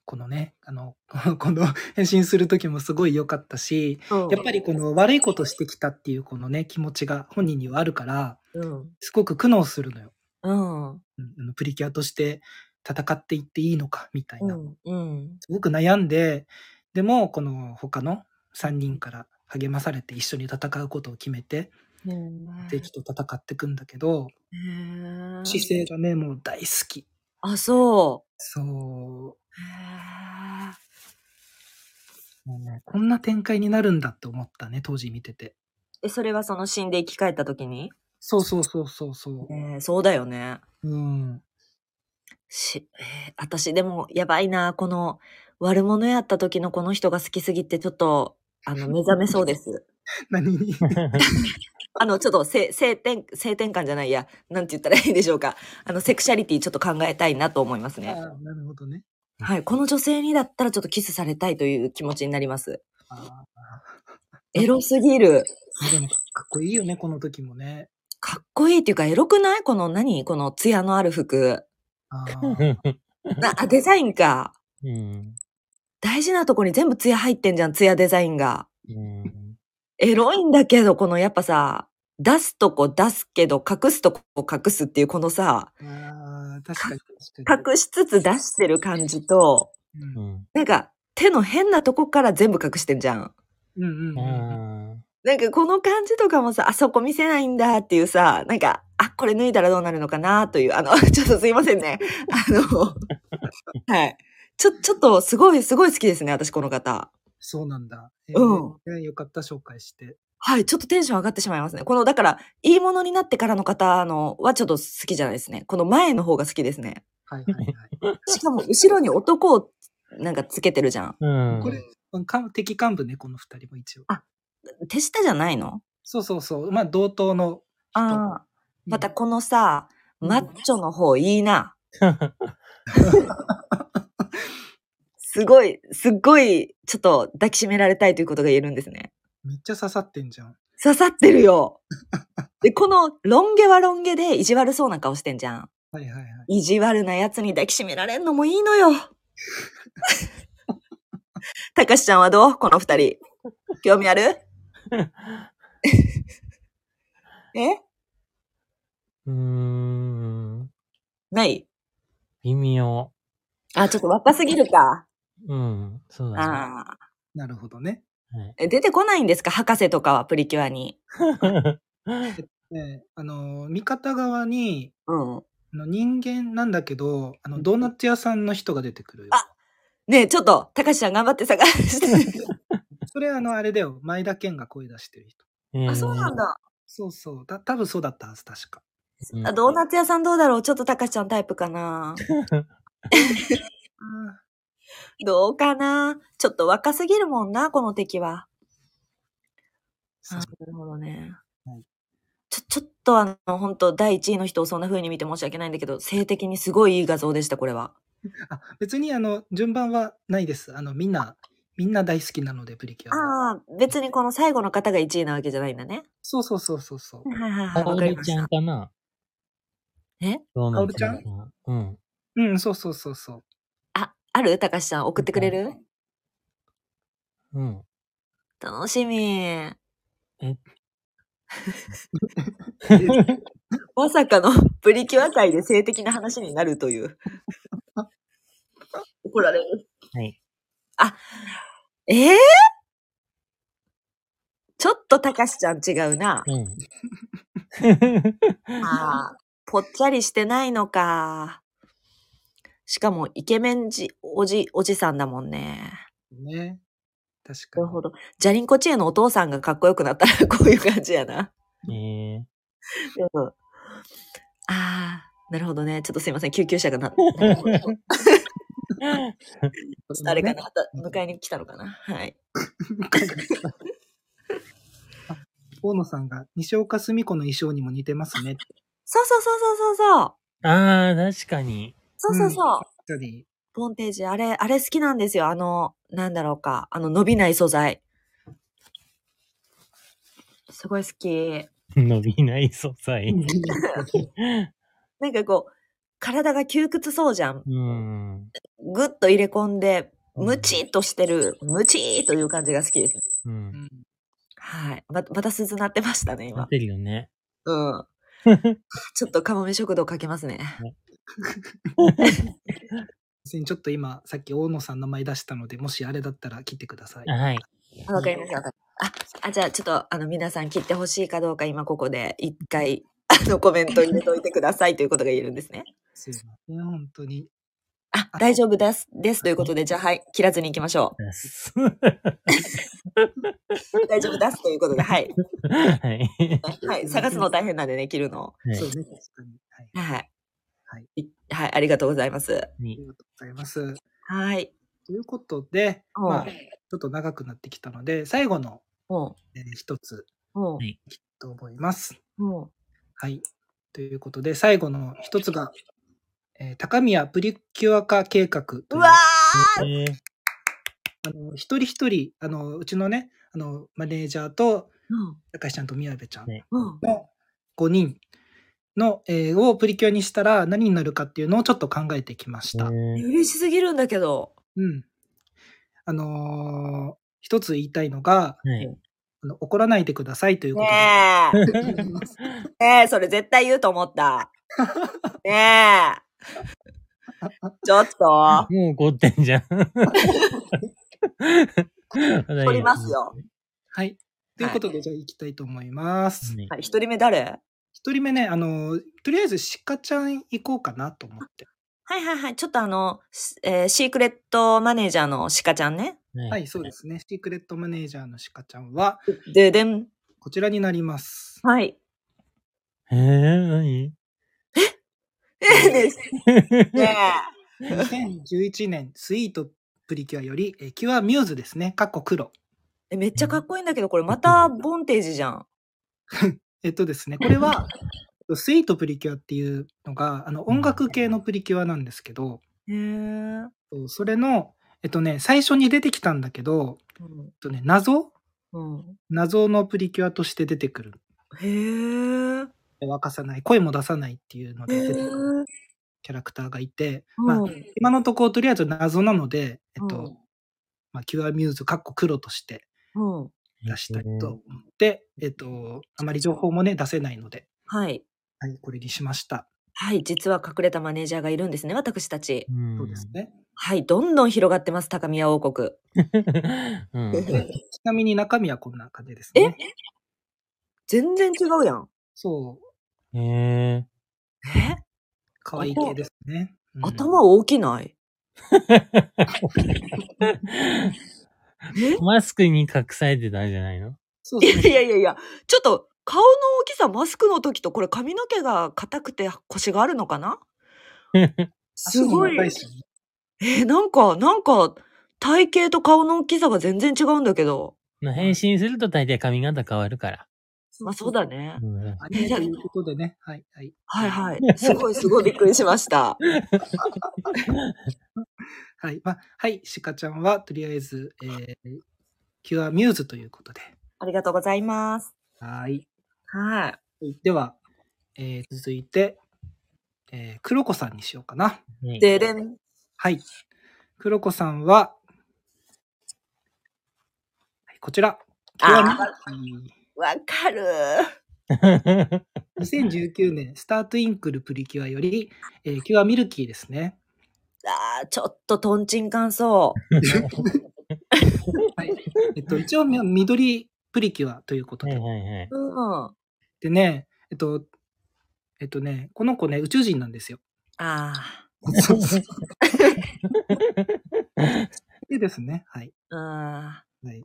[SPEAKER 3] このね、あの、 この変身する時もすごい良かったし、やっぱりこの悪いことしてきたっていうこのね、気持ちが本人にはあるから、
[SPEAKER 2] うん。
[SPEAKER 3] すごく苦悩するのよ。
[SPEAKER 2] うん。うん。
[SPEAKER 3] うんあのプリキュアとして戦っていっていいのかみたいうな、
[SPEAKER 2] ん。うん。
[SPEAKER 3] すごく悩んででもこの他の3人から励まされて一緒に戦うことを決めて敵と戦っていくんだけど
[SPEAKER 2] へえ
[SPEAKER 3] 姿勢がねもう大好き
[SPEAKER 2] あ、そ
[SPEAKER 3] そうも
[SPEAKER 2] う。へ
[SPEAKER 3] う、ね、こんな展開になるんだって思ったね当時見てて
[SPEAKER 2] え。え、それはその死んで生き返った時に
[SPEAKER 3] そうそうそうそうそ
[SPEAKER 2] えー、そうだよね。
[SPEAKER 3] ううん
[SPEAKER 2] し、えー私でもやばいな、この悪者やった時のこの人が好きすぎてちょっと、あの、目覚めそうです。
[SPEAKER 3] 何に
[SPEAKER 2] あの、ちょっと性、性転、性転換じゃないや、なんて言ったらいいでしょうか。あの、セクシャリティちょっと考えたいなと思います
[SPEAKER 3] あ
[SPEAKER 2] ね。
[SPEAKER 3] ーなるほどね
[SPEAKER 2] はい。この女性にだったらちょっとキスされたいという気持ちになります。
[SPEAKER 3] あ
[SPEAKER 2] エロすぎる。
[SPEAKER 3] ーでもかっこいいよねこの時もね
[SPEAKER 2] かっこいいっていうか、エロくないこの何この艶のある服。
[SPEAKER 3] あ
[SPEAKER 1] う
[SPEAKER 3] ー
[SPEAKER 1] ん
[SPEAKER 2] な、あ、デザインか。
[SPEAKER 1] うん
[SPEAKER 2] 大事なとこに全部艶入ってんじゃん、艶デザインが。
[SPEAKER 1] うん
[SPEAKER 2] エロいんだけど、このやっぱさ、出すとこ出すけど、隠すとこ隠すっていうこのさ、
[SPEAKER 3] あー確かに確かに
[SPEAKER 2] 隠しつつ出してる感じと、
[SPEAKER 3] うん
[SPEAKER 1] うん
[SPEAKER 2] なんか手の変なとこから全部隠してんじゃん。
[SPEAKER 3] うんうんうん。
[SPEAKER 1] あ
[SPEAKER 2] なんかこの感じとかもさ、あそこ見せないんだっていうさ、なんか、あ、これ脱いだらどうなるのかなという、あの、 ちょっとすいませんね。あの、はい。ちょ、ちょっとすごい、すごい好きですね、私この方。
[SPEAKER 3] そうなんだ。え
[SPEAKER 2] うん
[SPEAKER 3] ねよかった、紹介して。
[SPEAKER 2] はい、ちょっとテンション上がってしまいますね。この、だから、いいものになってからの方のはちょっと好きじゃないですね。この前の方が好きですね。
[SPEAKER 3] はいはいはい。
[SPEAKER 2] しかも、後ろに男をなんかつけてるじゃん。
[SPEAKER 1] ー
[SPEAKER 3] これうん幹敵幹部ね、この二人も一応。
[SPEAKER 2] 手下じゃないの
[SPEAKER 3] そうそうそう。まあ、同等の。
[SPEAKER 2] ああ。
[SPEAKER 3] うん
[SPEAKER 2] またこのさ、マッチョの方いい な。すごい、すっごい、ちょっと抱きしめられたいということが言えるんですね。
[SPEAKER 3] めっちゃ刺さってんじゃん。
[SPEAKER 2] 刺さってる よ。で、このロン毛はロン毛で意地悪そうな顔してんじゃん。
[SPEAKER 3] はいはいはい。
[SPEAKER 2] 意地悪なやつに抱きしめられんのもいいのよ。 たかしちゃんはどうこの二人。興味ある え
[SPEAKER 1] うーん
[SPEAKER 2] あ、ちょっと若すぎるか。
[SPEAKER 1] うん、そうだね。
[SPEAKER 2] ああ。
[SPEAKER 3] なるほどね。
[SPEAKER 1] はい
[SPEAKER 2] え出てこないんですか博士とかはプリキュアに。
[SPEAKER 3] ねあのー、味方側に、
[SPEAKER 2] うん。
[SPEAKER 3] あの人間なんだけど、あの、ドーナツ屋さんの人が出てくるよ。
[SPEAKER 2] あねえ、ちょっと、たかしちゃん頑張って探して。
[SPEAKER 3] それあの、あれだよ。前田健が声出してる人。
[SPEAKER 1] えー
[SPEAKER 2] あ、そうなんだ。
[SPEAKER 3] そうそう。た多分そうだったはず、確か。
[SPEAKER 1] うん
[SPEAKER 2] あドーナツ屋さんどうだろうちょっとたかしちゃんタイプかな。
[SPEAKER 3] あ
[SPEAKER 2] どうかなちょっと若すぎるもんな、この敵は。
[SPEAKER 3] ー
[SPEAKER 2] あなるほどね
[SPEAKER 3] はい。
[SPEAKER 2] ちょ、ちょっとあの、本当第1位の人をそんな風に見て申し訳ないんだけど、性的にすごいいい画像でした、これは。
[SPEAKER 3] あ、別にあの、順番はないです。あの、みんな、みんな大好きなので、プリキュアは。
[SPEAKER 2] ああ、別にこの最後の方が1位なわけじゃないんだね。
[SPEAKER 3] そうそうそうそうそう。
[SPEAKER 2] はいはいはい、
[SPEAKER 1] カ
[SPEAKER 2] わ
[SPEAKER 1] オ
[SPEAKER 2] かり
[SPEAKER 1] ル
[SPEAKER 2] まし
[SPEAKER 1] ちゃん
[SPEAKER 2] た。
[SPEAKER 1] かな
[SPEAKER 2] え
[SPEAKER 1] ドーナ
[SPEAKER 3] カオル
[SPEAKER 1] ツ
[SPEAKER 3] ちゃ
[SPEAKER 1] 屋
[SPEAKER 3] ん
[SPEAKER 1] さん。うん。
[SPEAKER 3] うん、そうそうそうそう。
[SPEAKER 2] あ、あるたかしちゃん送ってくれる
[SPEAKER 1] うん。
[SPEAKER 2] 楽しみ。まさかのプリキュア界で性的な話になると いう。怒られる。
[SPEAKER 1] はい。
[SPEAKER 2] ええちょっとたかしちゃん違うな。
[SPEAKER 1] うん。
[SPEAKER 2] ああ、ぽっちゃりしてないのか。しかも、イケメンじ、おじ、おじさんだもんね。
[SPEAKER 3] ね。確か
[SPEAKER 2] な
[SPEAKER 3] に。
[SPEAKER 2] るほど。ジャリンコチエのお父さんがかっこよくなったら こういう感じやな。
[SPEAKER 1] え
[SPEAKER 2] うん。ああ、なるほどね。ちょっとすいません。救急車が な、誰かな、迎えに来たのかな。はい。
[SPEAKER 3] 大野さんが、西岡澄子の衣装にも似てますね。
[SPEAKER 2] そうそうそうそうそう
[SPEAKER 1] ー、 ああ、確かに。
[SPEAKER 2] そう。そうそうそう。
[SPEAKER 3] 確かに。
[SPEAKER 2] ボンテージ、あれ、あれ好きなんですよ。あの、なんだろうか。あの、伸びない素材。すごい好き。
[SPEAKER 1] 伸びない素材。
[SPEAKER 2] なんかこう、体が窮屈そうじゃん。
[SPEAKER 1] うん。
[SPEAKER 2] ぐっと入れ込んで、ムチっとしてる、ムチーという感じが好きです。
[SPEAKER 1] う。
[SPEAKER 3] うんん
[SPEAKER 2] はい。ま、また鈴鳴ってましたね、
[SPEAKER 1] 合
[SPEAKER 2] 今
[SPEAKER 1] っ。てるよね。
[SPEAKER 2] うん。ちょっとカモメ食堂かけますね。
[SPEAKER 3] 別にちょっと今、さっき大野さん名前出したので、もしあれだったら切ってください。
[SPEAKER 1] あはい。
[SPEAKER 2] あわかりました、わかりました。あ、あ、じゃあちょっと、あの、皆さん切ってほしいかどうか、今ここで一回、あの、コメント入れといてくださいということが言えるんですね。
[SPEAKER 3] すいません、本当に。
[SPEAKER 2] あ、大丈夫です。です。ということで、じゃあ、はい、切らずに行きましょ
[SPEAKER 1] 出 す
[SPEAKER 2] う。大丈夫です。ということで、はい。
[SPEAKER 1] はい。
[SPEAKER 2] はい。探すの大変なんでね、切るの。
[SPEAKER 1] はい
[SPEAKER 3] そうね、確かに。はい。
[SPEAKER 2] はい。
[SPEAKER 3] はい
[SPEAKER 2] い。はい、ありがとうございます。
[SPEAKER 3] ありがとうございます。
[SPEAKER 2] はい。
[SPEAKER 3] ということで、
[SPEAKER 2] うん
[SPEAKER 3] まあ、ちょっと長くなってきたので、最後の、
[SPEAKER 2] も
[SPEAKER 3] えー一つ
[SPEAKER 2] う、も
[SPEAKER 1] いう
[SPEAKER 3] と思います。
[SPEAKER 2] う、も
[SPEAKER 3] はい。ということで、最後の一つが、えー高宮プリキュア化計画という
[SPEAKER 2] う。うわー
[SPEAKER 1] えー
[SPEAKER 3] あの一人一人あの、うちのね、あのマネージャーと、高橋ちゃんと宮部ちゃん
[SPEAKER 2] うん。うん。
[SPEAKER 3] の5人の、えーをプリキュアにしたら何になるかっていうのをちょっと考えてきました。
[SPEAKER 1] えー
[SPEAKER 2] 嬉しすぎるんだけど。
[SPEAKER 3] うん。あのー一つ言いたいのが、
[SPEAKER 1] はい。
[SPEAKER 3] あの怒らないでくださいというこ
[SPEAKER 2] ね
[SPEAKER 3] と
[SPEAKER 2] え。
[SPEAKER 3] で。
[SPEAKER 2] ねえ、それ絶対言うと思 った。ねえ。ちょっと、
[SPEAKER 1] もう怒ってんじゃん。
[SPEAKER 2] 撮りますよ。
[SPEAKER 3] はい。ということで、じゃあ行きたいと思います。
[SPEAKER 1] はい。
[SPEAKER 2] はい、一人目誰
[SPEAKER 3] 一人目ね、あのーとりあえず鹿ちゃん行こうかなと思って。
[SPEAKER 2] はいはいはい。ちょっとあの、しえーシークレットマネージャーのシカちゃんね。
[SPEAKER 1] は
[SPEAKER 3] はい、そうですね。シークレットマネージャーの鹿ちゃんは、
[SPEAKER 2] ででん。
[SPEAKER 3] こちらになります。
[SPEAKER 2] はい。
[SPEAKER 1] えー、何
[SPEAKER 2] えねえ、ね
[SPEAKER 3] 2011年、スイートプリキュアより、えーキュアミューズですね。かっこ黒。
[SPEAKER 2] え。めっちゃかっこいいんだけど、これまたボンテージじゃん。
[SPEAKER 3] えっとですね、これは、スイートプリキュアっていうのが、あの、音楽系のプリキュアなんですけど、
[SPEAKER 2] へえ。うん。
[SPEAKER 3] それの、えっとね、最初に出てきたんだけど、えっとね、謎
[SPEAKER 2] うん。
[SPEAKER 3] 謎のプリキュアとして出てくる。
[SPEAKER 2] へえ。
[SPEAKER 3] 沸かさない、声も出さないっていうので出てくる
[SPEAKER 2] うん
[SPEAKER 3] キャラクターがいて、まあ、今のところとりあえず謎なので、えっと、
[SPEAKER 2] うん
[SPEAKER 3] まあ、キュアミューズ、かっこ黒として
[SPEAKER 2] うん。
[SPEAKER 3] 出したいと思って、えっと、あまり情報もね、出せないので、
[SPEAKER 2] はい。
[SPEAKER 3] はい、これにしました。
[SPEAKER 2] はい、実は隠れたマネージャーがいるんですね、私たち。
[SPEAKER 1] うん
[SPEAKER 3] そうですね。
[SPEAKER 2] はい、どんどん広がってます、高宮王国。
[SPEAKER 1] うん。
[SPEAKER 3] ちなみに中身はこんな感じですね。
[SPEAKER 2] 全然違うやん。
[SPEAKER 3] そう。
[SPEAKER 1] へえ。
[SPEAKER 2] え
[SPEAKER 3] 可愛い系ですね。うん
[SPEAKER 2] 頭大きない、
[SPEAKER 1] マスクに隠されてたんじゃないの
[SPEAKER 3] そ う
[SPEAKER 2] いや
[SPEAKER 3] です
[SPEAKER 2] い
[SPEAKER 3] ね。
[SPEAKER 2] やいやいや、ちょっと顔の大きさ、マスクの時と、これ髪の毛が硬くて腰があるのかな すごい
[SPEAKER 3] 足も。長しね
[SPEAKER 2] えーなんか、なんか、体型と顔の大きさが全然違うんだけど。
[SPEAKER 1] まあ変身すると大体髪型変わるから。
[SPEAKER 2] まあそうだね。
[SPEAKER 1] うん
[SPEAKER 3] アニメということでね。はい、はい。
[SPEAKER 2] はいはい。すごいすごいびっくりしました。
[SPEAKER 3] はい。まあ、はい。シカちゃんは、とりあえず、えー、キュアミューズということで。
[SPEAKER 2] ありがとうございます。
[SPEAKER 3] はい。
[SPEAKER 2] はい。
[SPEAKER 3] では、えー、続いて、えー、黒子さんにしようかな。
[SPEAKER 1] はい
[SPEAKER 2] ででん。
[SPEAKER 3] はい。黒子さんは、はいこち
[SPEAKER 2] あ
[SPEAKER 3] ら。キュアミューズ
[SPEAKER 2] ー、わかる。
[SPEAKER 3] 2019年、スタートインクルプリキュアより、えーキュアミルキーですね。
[SPEAKER 2] あー、ちょっとトンチンカンそう。
[SPEAKER 3] はい。えっと、一応、み緑プリキュアということ
[SPEAKER 1] はい
[SPEAKER 3] で。
[SPEAKER 1] はいはい。
[SPEAKER 2] うん。あ
[SPEAKER 3] でね、えっと、えっとね、この子ね、宇宙人なんで すよ。
[SPEAKER 2] あ
[SPEAKER 3] でですね、はい。
[SPEAKER 2] ー。あー
[SPEAKER 3] はい。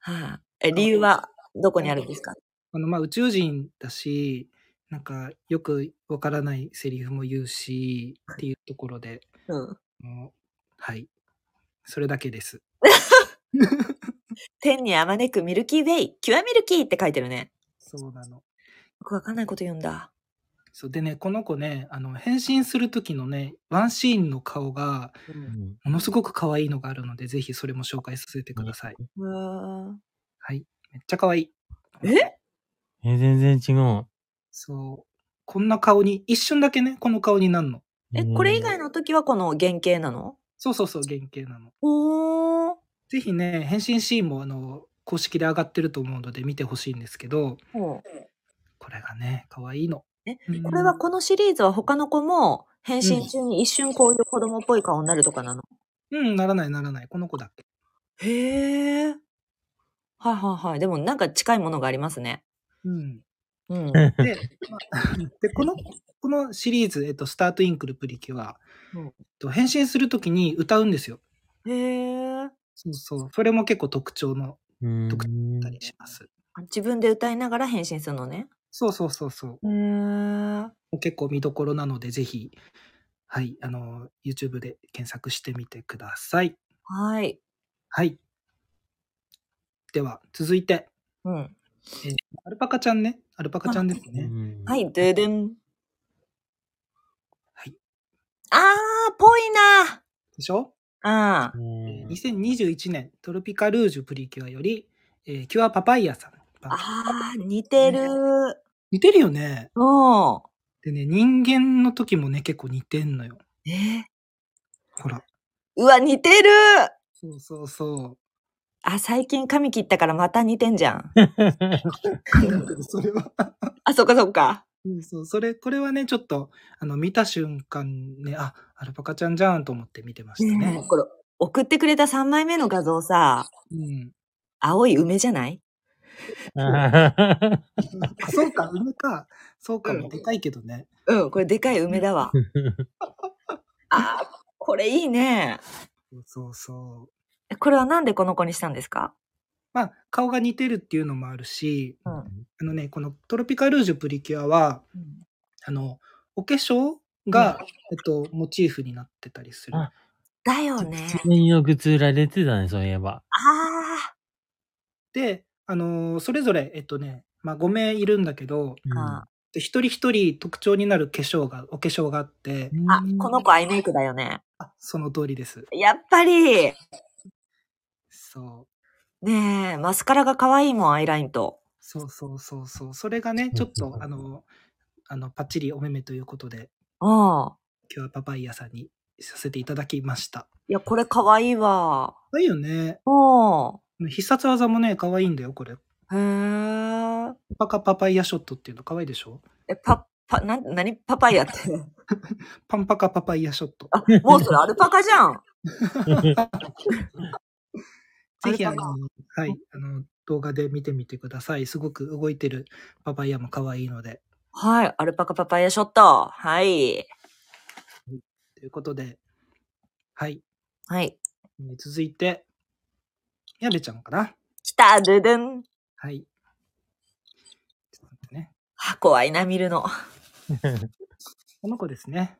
[SPEAKER 2] はい。え、理由はどこにあるんですか
[SPEAKER 3] あの、まあ、宇宙人だし、なんか、よくわからないセリフも言うし、っていうところで、
[SPEAKER 2] うん。
[SPEAKER 3] もうはい。それだけです。
[SPEAKER 2] 天にあまねくミルキーウェイ、キュアミルキーって書いてるね。
[SPEAKER 3] そうなの。
[SPEAKER 2] よくわかんないこと言うんだ。
[SPEAKER 3] そうでね、この子ね、あの、変身する時のね、ワンシーンの顔が、
[SPEAKER 1] うん
[SPEAKER 3] ものすごく可愛いのがあるので、ぜひそれも紹介させてください。
[SPEAKER 2] うわー
[SPEAKER 3] はい。めっちゃ可愛い。
[SPEAKER 2] え
[SPEAKER 1] え、全然違う。
[SPEAKER 3] そう。こんな顔に、一瞬だけね、この顔になるの。
[SPEAKER 2] え、これ以外の時はこの原型なの
[SPEAKER 3] そうそうそう、原型なの。
[SPEAKER 2] おー。
[SPEAKER 3] ぜひね、変身シーンも、あの、公式で上がってると思うので見てほしいんですけど、
[SPEAKER 2] ほう
[SPEAKER 3] これがね、可愛いの。
[SPEAKER 2] え
[SPEAKER 3] うん
[SPEAKER 2] これはこのシリーズは他の子も変身中に一瞬こういう子供っぽい顔になるとかなの、
[SPEAKER 3] うん、ならないならない。この子だっけ。
[SPEAKER 2] へえ。はいはいはい。でもなんか近いものがありますね。
[SPEAKER 3] うん。
[SPEAKER 2] うん。
[SPEAKER 3] で、まあ でこの、このシリーズ、えっと、スタートインクルプリキュア、
[SPEAKER 2] うん
[SPEAKER 3] えっと、変身するときに歌うんですよ。
[SPEAKER 2] へえ。
[SPEAKER 3] そうそう。それも結構特徴の
[SPEAKER 1] うん
[SPEAKER 3] 特だったりします。
[SPEAKER 2] 自分で歌いながら変身するのね。
[SPEAKER 3] そうそうそうそ
[SPEAKER 2] へ
[SPEAKER 3] う。
[SPEAKER 2] え。
[SPEAKER 3] 結構見どころなので、ぜひ、はい、あの、YouTube で検索してみてください。
[SPEAKER 2] はい。
[SPEAKER 3] はい。では、続いて、
[SPEAKER 2] うん。
[SPEAKER 3] アルパカちゃんね。アルパカちゃんです
[SPEAKER 1] う
[SPEAKER 3] ね。
[SPEAKER 1] ん
[SPEAKER 2] は。い、ででん。
[SPEAKER 3] はい。
[SPEAKER 2] あー、ぽいな
[SPEAKER 3] でしょ、
[SPEAKER 2] あ
[SPEAKER 1] う
[SPEAKER 2] ー
[SPEAKER 3] え
[SPEAKER 1] ん
[SPEAKER 3] ー ?2021 年、トロピカルージュプリキュアより、えーキュアパパイヤさん。
[SPEAKER 2] あー、似てる。
[SPEAKER 3] 似てるよね。
[SPEAKER 2] うん。
[SPEAKER 3] でね、人間の時もね、結構似てんのよ。
[SPEAKER 2] えー
[SPEAKER 3] ほら。
[SPEAKER 2] うわ、似てる
[SPEAKER 3] そうそうそう。
[SPEAKER 2] あ、最近髪切ったからまた似てんじゃん。
[SPEAKER 3] それは。
[SPEAKER 2] あ、そっかそっか。
[SPEAKER 3] そうそう、それ、これはね、ちょっと、あの、見た瞬間ね、あ、アルパカちゃんじゃんと思って見てました
[SPEAKER 2] ね
[SPEAKER 3] ね
[SPEAKER 2] え。これ、送ってくれた3枚目の画像さ、
[SPEAKER 3] うん。
[SPEAKER 2] 青い梅じゃない
[SPEAKER 3] あ、そうか、梅か。そうか
[SPEAKER 2] うん
[SPEAKER 3] も、でかいけどね。
[SPEAKER 2] うん、これでかい梅だわ。あーこれいいね。
[SPEAKER 3] そうそうそう。
[SPEAKER 2] えこれはなんでこの子にしたんですか
[SPEAKER 3] まあ、顔が似てるっていうのもあるし、
[SPEAKER 2] うん
[SPEAKER 3] あのね、このトロピカルージュプリキュアは、
[SPEAKER 2] うん
[SPEAKER 3] あの、お化粧が、えっと、モチーフになってたりする。
[SPEAKER 1] あ
[SPEAKER 2] だよね。
[SPEAKER 1] 全員の靴売られてたね、そういえば。
[SPEAKER 2] あ
[SPEAKER 3] で、あのーそれぞれ、えっとね、まあ、5名いるんだけど、
[SPEAKER 1] うん
[SPEAKER 2] ーあ
[SPEAKER 3] で一人一人特徴になる化粧が、お化粧があって、
[SPEAKER 2] ー。あ、この子アイメイクだよね。
[SPEAKER 3] あ、その通りです。
[SPEAKER 2] やっぱり、
[SPEAKER 3] そう。
[SPEAKER 2] ねえ、マスカラが可愛いもん、アイラインと。
[SPEAKER 3] そうそうそうそう。それがね、ちょっと、あの、あの、パッチリお目目ということで、
[SPEAKER 2] うん。
[SPEAKER 3] 今日はパパイヤさんにさせていただきました。
[SPEAKER 2] いや、これ可愛いわ。
[SPEAKER 3] だよね。
[SPEAKER 2] うん。
[SPEAKER 3] 必殺技もね、可愛いんだよ、これ。
[SPEAKER 2] へえ。
[SPEAKER 3] パカパパイヤショットっていうの可愛いでしょ
[SPEAKER 2] え、パ、パ、な、何パパイヤって。
[SPEAKER 3] パンパカパパイヤショット。
[SPEAKER 2] あ、もうそれアルパカじゃん。
[SPEAKER 3] ぜひ、
[SPEAKER 2] ア
[SPEAKER 3] あ
[SPEAKER 2] ルパ
[SPEAKER 3] の
[SPEAKER 2] カ、
[SPEAKER 3] はい、あの、動画で見てみてください。すごく動いてるパパイヤも可愛いので。
[SPEAKER 2] はい。アルパカパパイヤショット。はい。
[SPEAKER 3] ということで、はい。
[SPEAKER 2] はい。
[SPEAKER 3] えー続いて、やべちゃんかな。
[SPEAKER 2] 来た、ドゥドゥン。
[SPEAKER 3] はい。ちょっと待ってね。
[SPEAKER 2] あ、怖いな、見るの。
[SPEAKER 3] この子ですね。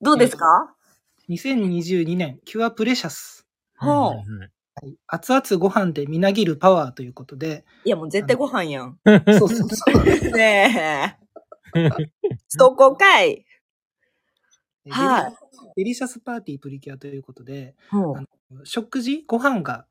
[SPEAKER 2] どうですか
[SPEAKER 3] 2022年、キュアプレシャス。
[SPEAKER 2] ほう
[SPEAKER 1] はいはいはい
[SPEAKER 3] はい熱々ご飯でみなぎるパワーというこ とで、
[SPEAKER 2] いや、もう絶対ご飯やん。
[SPEAKER 3] そうそうそう。。
[SPEAKER 2] ねえ。そこかい。はい
[SPEAKER 3] デリシャスパーティープリキュアということで、
[SPEAKER 2] ほ
[SPEAKER 3] う食事ご飯が、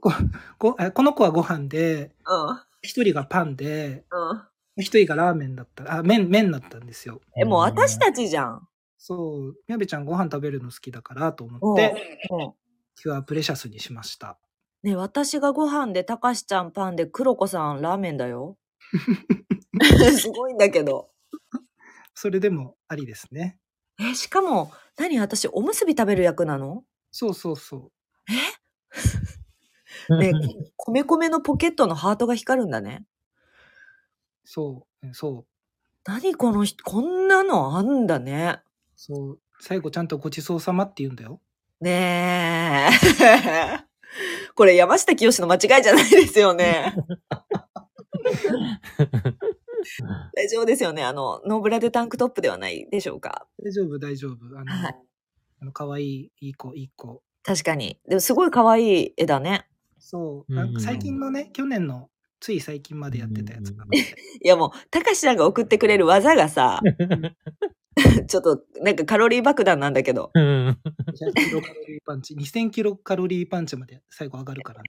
[SPEAKER 3] ごごあこの子はご飯で、
[SPEAKER 2] うん。
[SPEAKER 3] 一人がパンで、
[SPEAKER 2] うん。
[SPEAKER 3] 一人がラーメンだった、あ、麺、麺だったんですよ。
[SPEAKER 2] え、もう私たちじゃん。
[SPEAKER 3] そう、みやべちゃんご飯食べるの好きだからと思って、
[SPEAKER 2] うん
[SPEAKER 3] キュアプレシャスにしました。
[SPEAKER 2] ね私がご飯で、たかしちゃんパンで、黒子さんラーメンだ よ。すごいんだけど。
[SPEAKER 3] それでもありですね。
[SPEAKER 2] え、しかも、何私、おむすび食べる役なの
[SPEAKER 3] そうそうそう。
[SPEAKER 2] ね米米のポケットのハートが光るんだね。
[SPEAKER 3] そう、うんそう、
[SPEAKER 2] 何この人、こんなのあんだね。
[SPEAKER 3] そう。最後ちゃんとごちそうさまって言うんだよ。
[SPEAKER 2] ねえ。 これ山下清の間違いじゃないですよね。大丈夫ですよね。あの、ノーブラでタンクトップではないでしょうか。
[SPEAKER 3] 大丈夫、大丈夫。あの、
[SPEAKER 2] はい
[SPEAKER 3] あの可愛いい、いい子、いい子。
[SPEAKER 2] 確かに。でもすごい可愛い絵だね。
[SPEAKER 3] そう、
[SPEAKER 1] うんうん
[SPEAKER 3] なんか最近のね、去年の、つい最近までやってたやつなので、
[SPEAKER 2] いやもう、たかしさんが送ってくれる技がさ、ちょっとなんかカロリー爆弾なんだけど。
[SPEAKER 1] うん
[SPEAKER 3] 200キロカロリーパンチ、2000キロカロリーパンチまで最後上がるからね。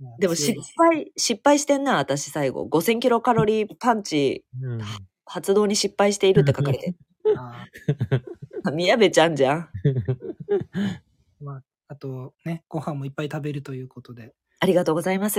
[SPEAKER 3] う
[SPEAKER 2] でも
[SPEAKER 3] 強い
[SPEAKER 2] 失敗、失敗してんな、私最後。5000キロカロリーパンチ
[SPEAKER 1] うん
[SPEAKER 2] 発動に失敗しているって書かれてる。
[SPEAKER 3] な
[SPEAKER 2] 宮部ちゃんじゃん。
[SPEAKER 3] まあ、あとね、ご飯もいっぱい食べるということで。
[SPEAKER 2] ありがとうございます。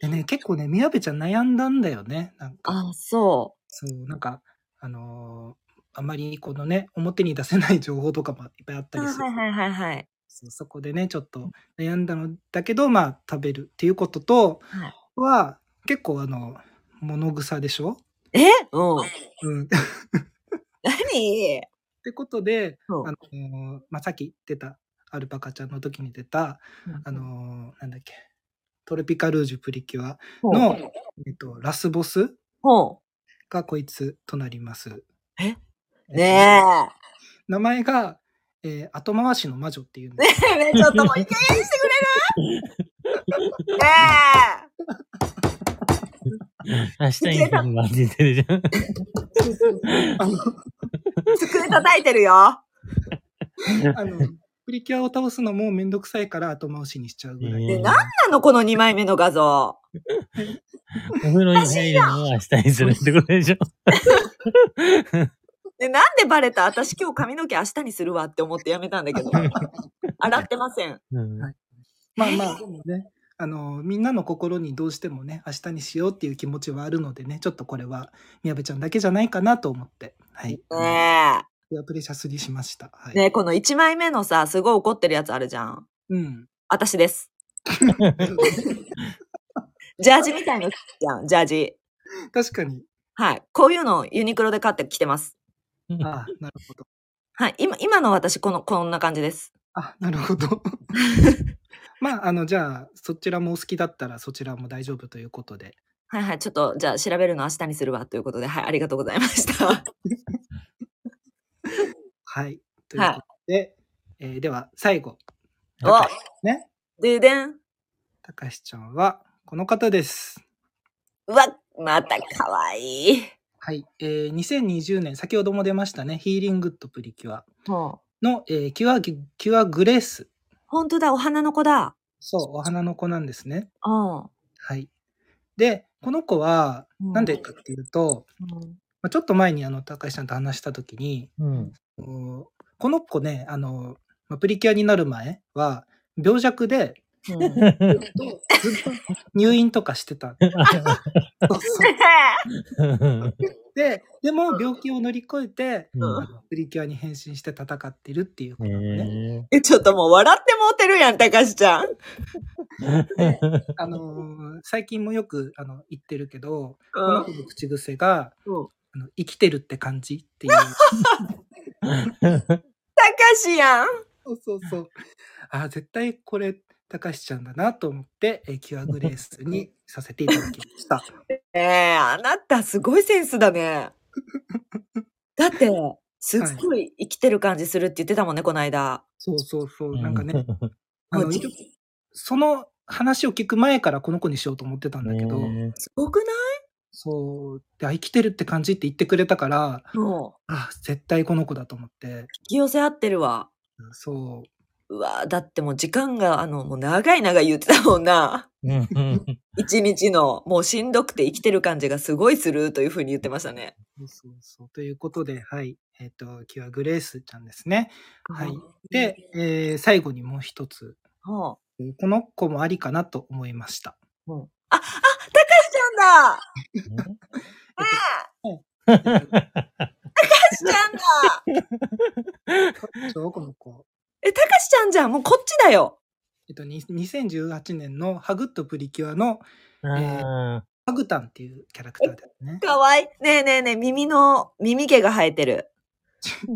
[SPEAKER 3] でね、結構ね、みやべちゃん悩んだんだよね。なんか、
[SPEAKER 2] あ、そ
[SPEAKER 3] そう、なんか、あのーあんまりこのね、表に出せない情報とかもいっぱいあっ
[SPEAKER 2] う。
[SPEAKER 3] たりする
[SPEAKER 2] はい。はいはいはい。
[SPEAKER 3] そうそこでねちょっと悩んだのだけどまあ食べるっていうことと
[SPEAKER 2] はい
[SPEAKER 3] は結構あの物草でしょ、
[SPEAKER 2] えうん。
[SPEAKER 3] うん、っ
[SPEAKER 2] 何
[SPEAKER 3] てことで、
[SPEAKER 2] そう
[SPEAKER 3] あのーまあ、さっき出たアルパカちゃんの時に出た、あのーなんだっけトロピカルージュプリキュアの、えっと、ラスボス
[SPEAKER 2] ほ
[SPEAKER 3] がこいつとなります。
[SPEAKER 2] え
[SPEAKER 3] っと
[SPEAKER 2] う。ね
[SPEAKER 3] 名前が、えー後回しの魔女っていうんです。
[SPEAKER 2] え。ねえ、ちょっともういい加減にしてくれるね
[SPEAKER 1] 明日にでも混ぜてるじゃん。
[SPEAKER 3] あの
[SPEAKER 2] え机叩いてるよ
[SPEAKER 3] あの、プリキュアを倒すのもめんどくさいから後回しにしちゃうぐらい。
[SPEAKER 1] えー
[SPEAKER 2] なんなのこの2枚目の画像。
[SPEAKER 1] お風呂に入るのを明日にするってことでしょ。
[SPEAKER 2] で、なんでバレた私今日髪の毛明日にするわって思ってやめたんだ けど。洗ってません。
[SPEAKER 1] うん
[SPEAKER 3] はい まあまあ、でもね、あの、みんなの心にどうしてもね、明日にしようっていう気持ちはあるのでね、ちょっとこれは、宮部ちゃんだけじゃないかなと思って、はい。
[SPEAKER 2] ね
[SPEAKER 3] いやプレシャスにしました。は
[SPEAKER 2] え。
[SPEAKER 3] い。
[SPEAKER 2] ねえ、この1枚目のさ、すごい怒ってるやつあるじゃん。
[SPEAKER 3] うん。
[SPEAKER 2] 私です。ジャージみたいのじゃん、ジャージ。
[SPEAKER 3] 確かに。
[SPEAKER 2] はい。こういうのをユニクロで買ってきてます。
[SPEAKER 3] ああ、なるほど。
[SPEAKER 2] はい。今、今の私、この、こんな感じです。
[SPEAKER 3] あ、 なるほど。まあ、あの、じゃあ、そちらもお好きだったら、そちらも大丈夫ということで。
[SPEAKER 2] はいはい。ちょっと、じゃあ、調べるの明日にするわ、ということで、はい。ありがとうございま した。
[SPEAKER 3] はい。ということで、えーでは、最後。
[SPEAKER 2] お
[SPEAKER 3] 高橋ね。
[SPEAKER 2] ででん。
[SPEAKER 3] たかしちゃんは、この方です。
[SPEAKER 2] うわ、また可愛い。
[SPEAKER 3] はい、えー、2020年先ほども出ましたね「ヒーリング・とプリキュア
[SPEAKER 2] ほう。
[SPEAKER 3] の」えーキュアギキュアグレース
[SPEAKER 2] ほんとだ、お花の子だ。
[SPEAKER 3] そうお花の子なんですね。
[SPEAKER 2] うん。
[SPEAKER 3] はい、でこの子は
[SPEAKER 2] うん
[SPEAKER 3] 何でかっていうと、
[SPEAKER 2] うん
[SPEAKER 3] まあ、ちょっと前にあの高橋さんと話した時に
[SPEAKER 1] うん。
[SPEAKER 3] おこの子ねあの、まあ、プリキュアになる前は病弱で
[SPEAKER 2] うん
[SPEAKER 3] ずっと入院とかしてた。そうそう で、でも病気を乗り越えて、
[SPEAKER 1] うん
[SPEAKER 3] あのプリキュアに変身して戦ってるっていうことだね。
[SPEAKER 1] ね
[SPEAKER 2] え、ちょっともう笑ってもうてるやん、たかしちゃん。
[SPEAKER 3] あのー最近もよくあの言ってるけど、こ
[SPEAKER 2] う
[SPEAKER 3] の
[SPEAKER 2] ん
[SPEAKER 3] 子の口癖が、
[SPEAKER 2] うん
[SPEAKER 3] あの生きてるって感じっていう。
[SPEAKER 2] たかしやん。
[SPEAKER 3] そうそうそう。 あー絶対これ、たかしちゃんだなと思って、えーキュアグレースにさせていただきました。
[SPEAKER 2] ええあなたすごいセンスだね。だって、すっごい生きてる感じするって言ってたもんね、この間。
[SPEAKER 3] そうそうそう。なん かね、。あ
[SPEAKER 2] も
[SPEAKER 3] の
[SPEAKER 2] う
[SPEAKER 3] 一応その話を聞く前からこの子にしようと思ってたんだけど、
[SPEAKER 1] ね
[SPEAKER 2] すごくない
[SPEAKER 3] そう、であ生きてるって感じって言ってくれたから、
[SPEAKER 2] もう、
[SPEAKER 3] あー絶対この子だと思って、
[SPEAKER 2] 引き寄せ合ってるわ。
[SPEAKER 3] そう
[SPEAKER 2] わだってもう時間が、あの、もう長い長い言ってたもんな。
[SPEAKER 1] うん
[SPEAKER 2] 一日の、もうしんどくて生きてる感じがすごいするというふうに言ってましたね。
[SPEAKER 3] う、そうそう。ということで、はい。えっ、と、キュアグレースちゃんですね。はい
[SPEAKER 2] うん。
[SPEAKER 3] で、えー最後にもう一つ、
[SPEAKER 2] ほ
[SPEAKER 3] この子もありかなと思いました。
[SPEAKER 2] うほうあ、あ、たかしちゃんだあ たかしちゃんだ
[SPEAKER 3] そう、この子。
[SPEAKER 2] え、たかしちゃんじゃんもうこっちだよ
[SPEAKER 3] えっと、に2018年のハグッとプリキュアの
[SPEAKER 1] あ
[SPEAKER 3] ハグタンっていうキャラクターですね。
[SPEAKER 2] かわいい。ねえねえねえ、耳の、耳毛が生えてる。す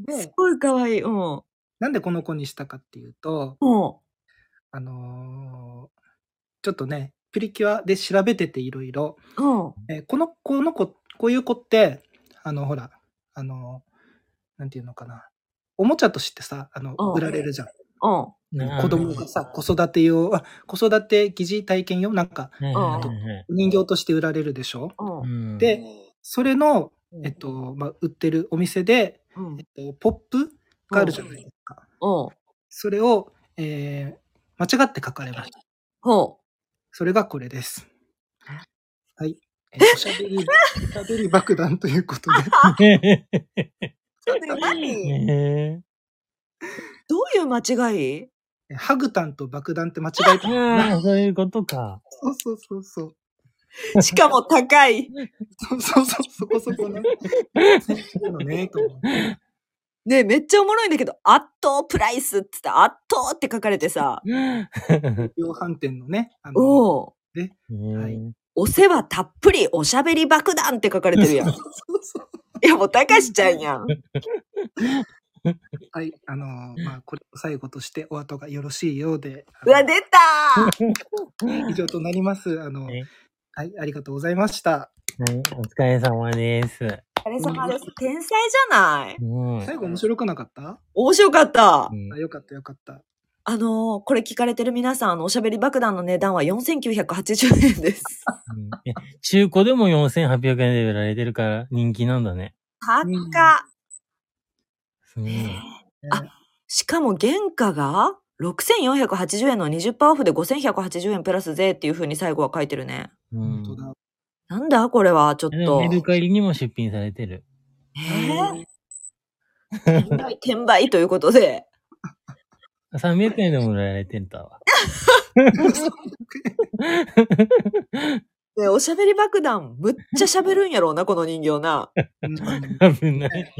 [SPEAKER 3] で、
[SPEAKER 2] ごいかわいい。うん。も
[SPEAKER 3] なんでこの子にしたかっていうと、
[SPEAKER 2] うん。
[SPEAKER 3] あのーちょっとね、プリキュアで調べてていろいろ、
[SPEAKER 2] うん。
[SPEAKER 3] えーこのこの子、こういう子って、あの、ほら、あのーなんていうのかな。おもちゃとしてさ、あの
[SPEAKER 2] うん、
[SPEAKER 3] 売られるじゃん。
[SPEAKER 2] うん。
[SPEAKER 1] ー
[SPEAKER 3] 子供がさ、子育て用、 あ、子育て疑似体験用、なんか、
[SPEAKER 1] はいはいはい
[SPEAKER 3] 人形として売られるでしょ
[SPEAKER 2] うん。う
[SPEAKER 1] うんん
[SPEAKER 3] で、それの、
[SPEAKER 2] うん
[SPEAKER 3] えっと、まあ、売ってるお店で、
[SPEAKER 2] うん
[SPEAKER 3] えっと、ポップがあるじゃないですか。
[SPEAKER 2] うん。
[SPEAKER 3] それを、えー、間違って書かれました。
[SPEAKER 2] ほ
[SPEAKER 3] それがこれです。はい。えーおしゃべり、おしゃべり爆弾ということで。
[SPEAKER 2] う。それ何
[SPEAKER 1] ね
[SPEAKER 2] どういう間違い
[SPEAKER 3] えハグタンと爆弾って間違えた。
[SPEAKER 1] ああ、そういうこと か。
[SPEAKER 3] そうそうそうそう。
[SPEAKER 2] しかも高い。
[SPEAKER 3] そうそうそう、そこそこの。そうのね、と思って。
[SPEAKER 2] ねえめっちゃおもろいんだけど、圧倒プライスって言って、圧倒って書かれてさ、
[SPEAKER 3] 量販店のね、あの、
[SPEAKER 2] おお、
[SPEAKER 3] い
[SPEAKER 1] ね
[SPEAKER 2] お世話たっぷり、おしゃべり爆弾って書かれてるやん。い
[SPEAKER 3] そうそう
[SPEAKER 2] や、もうたかしちゃん やん。
[SPEAKER 3] はい、あの、まあ、これを最後としてお後がよろしいようで、
[SPEAKER 2] うわ、出たー
[SPEAKER 3] 以上となります。あの、
[SPEAKER 1] え
[SPEAKER 3] はい、ありがとうございました。
[SPEAKER 1] はい、お疲れ様です。
[SPEAKER 2] お疲れ様です。天才じゃない
[SPEAKER 1] うん
[SPEAKER 3] 最後面白くなかった、
[SPEAKER 2] 面白かった。
[SPEAKER 3] あよかったよかった。
[SPEAKER 2] あのーこれ聞かれてる皆さん、あの、おしゃべり爆弾の値段は4980円です。
[SPEAKER 1] うんえ中古でも4800円で売られてるから人気なんだね。
[SPEAKER 2] 高っ、
[SPEAKER 3] うん
[SPEAKER 1] すごい。
[SPEAKER 2] あしかも原価が6480円の20%オフで5180円プラス税っていう風に最後は書いてるね。
[SPEAKER 1] うん
[SPEAKER 3] 本当だ。
[SPEAKER 2] なんだこれは、ちょっ
[SPEAKER 1] えでも
[SPEAKER 2] と
[SPEAKER 1] メ。ルカリにも出品されてる。
[SPEAKER 2] えー転売、転売ということで。
[SPEAKER 1] 300円でも売られてたわ。
[SPEAKER 2] ねおしゃべり爆弾、むっちゃ喋るんやろう な、この人形な。
[SPEAKER 3] うん
[SPEAKER 1] 危ない。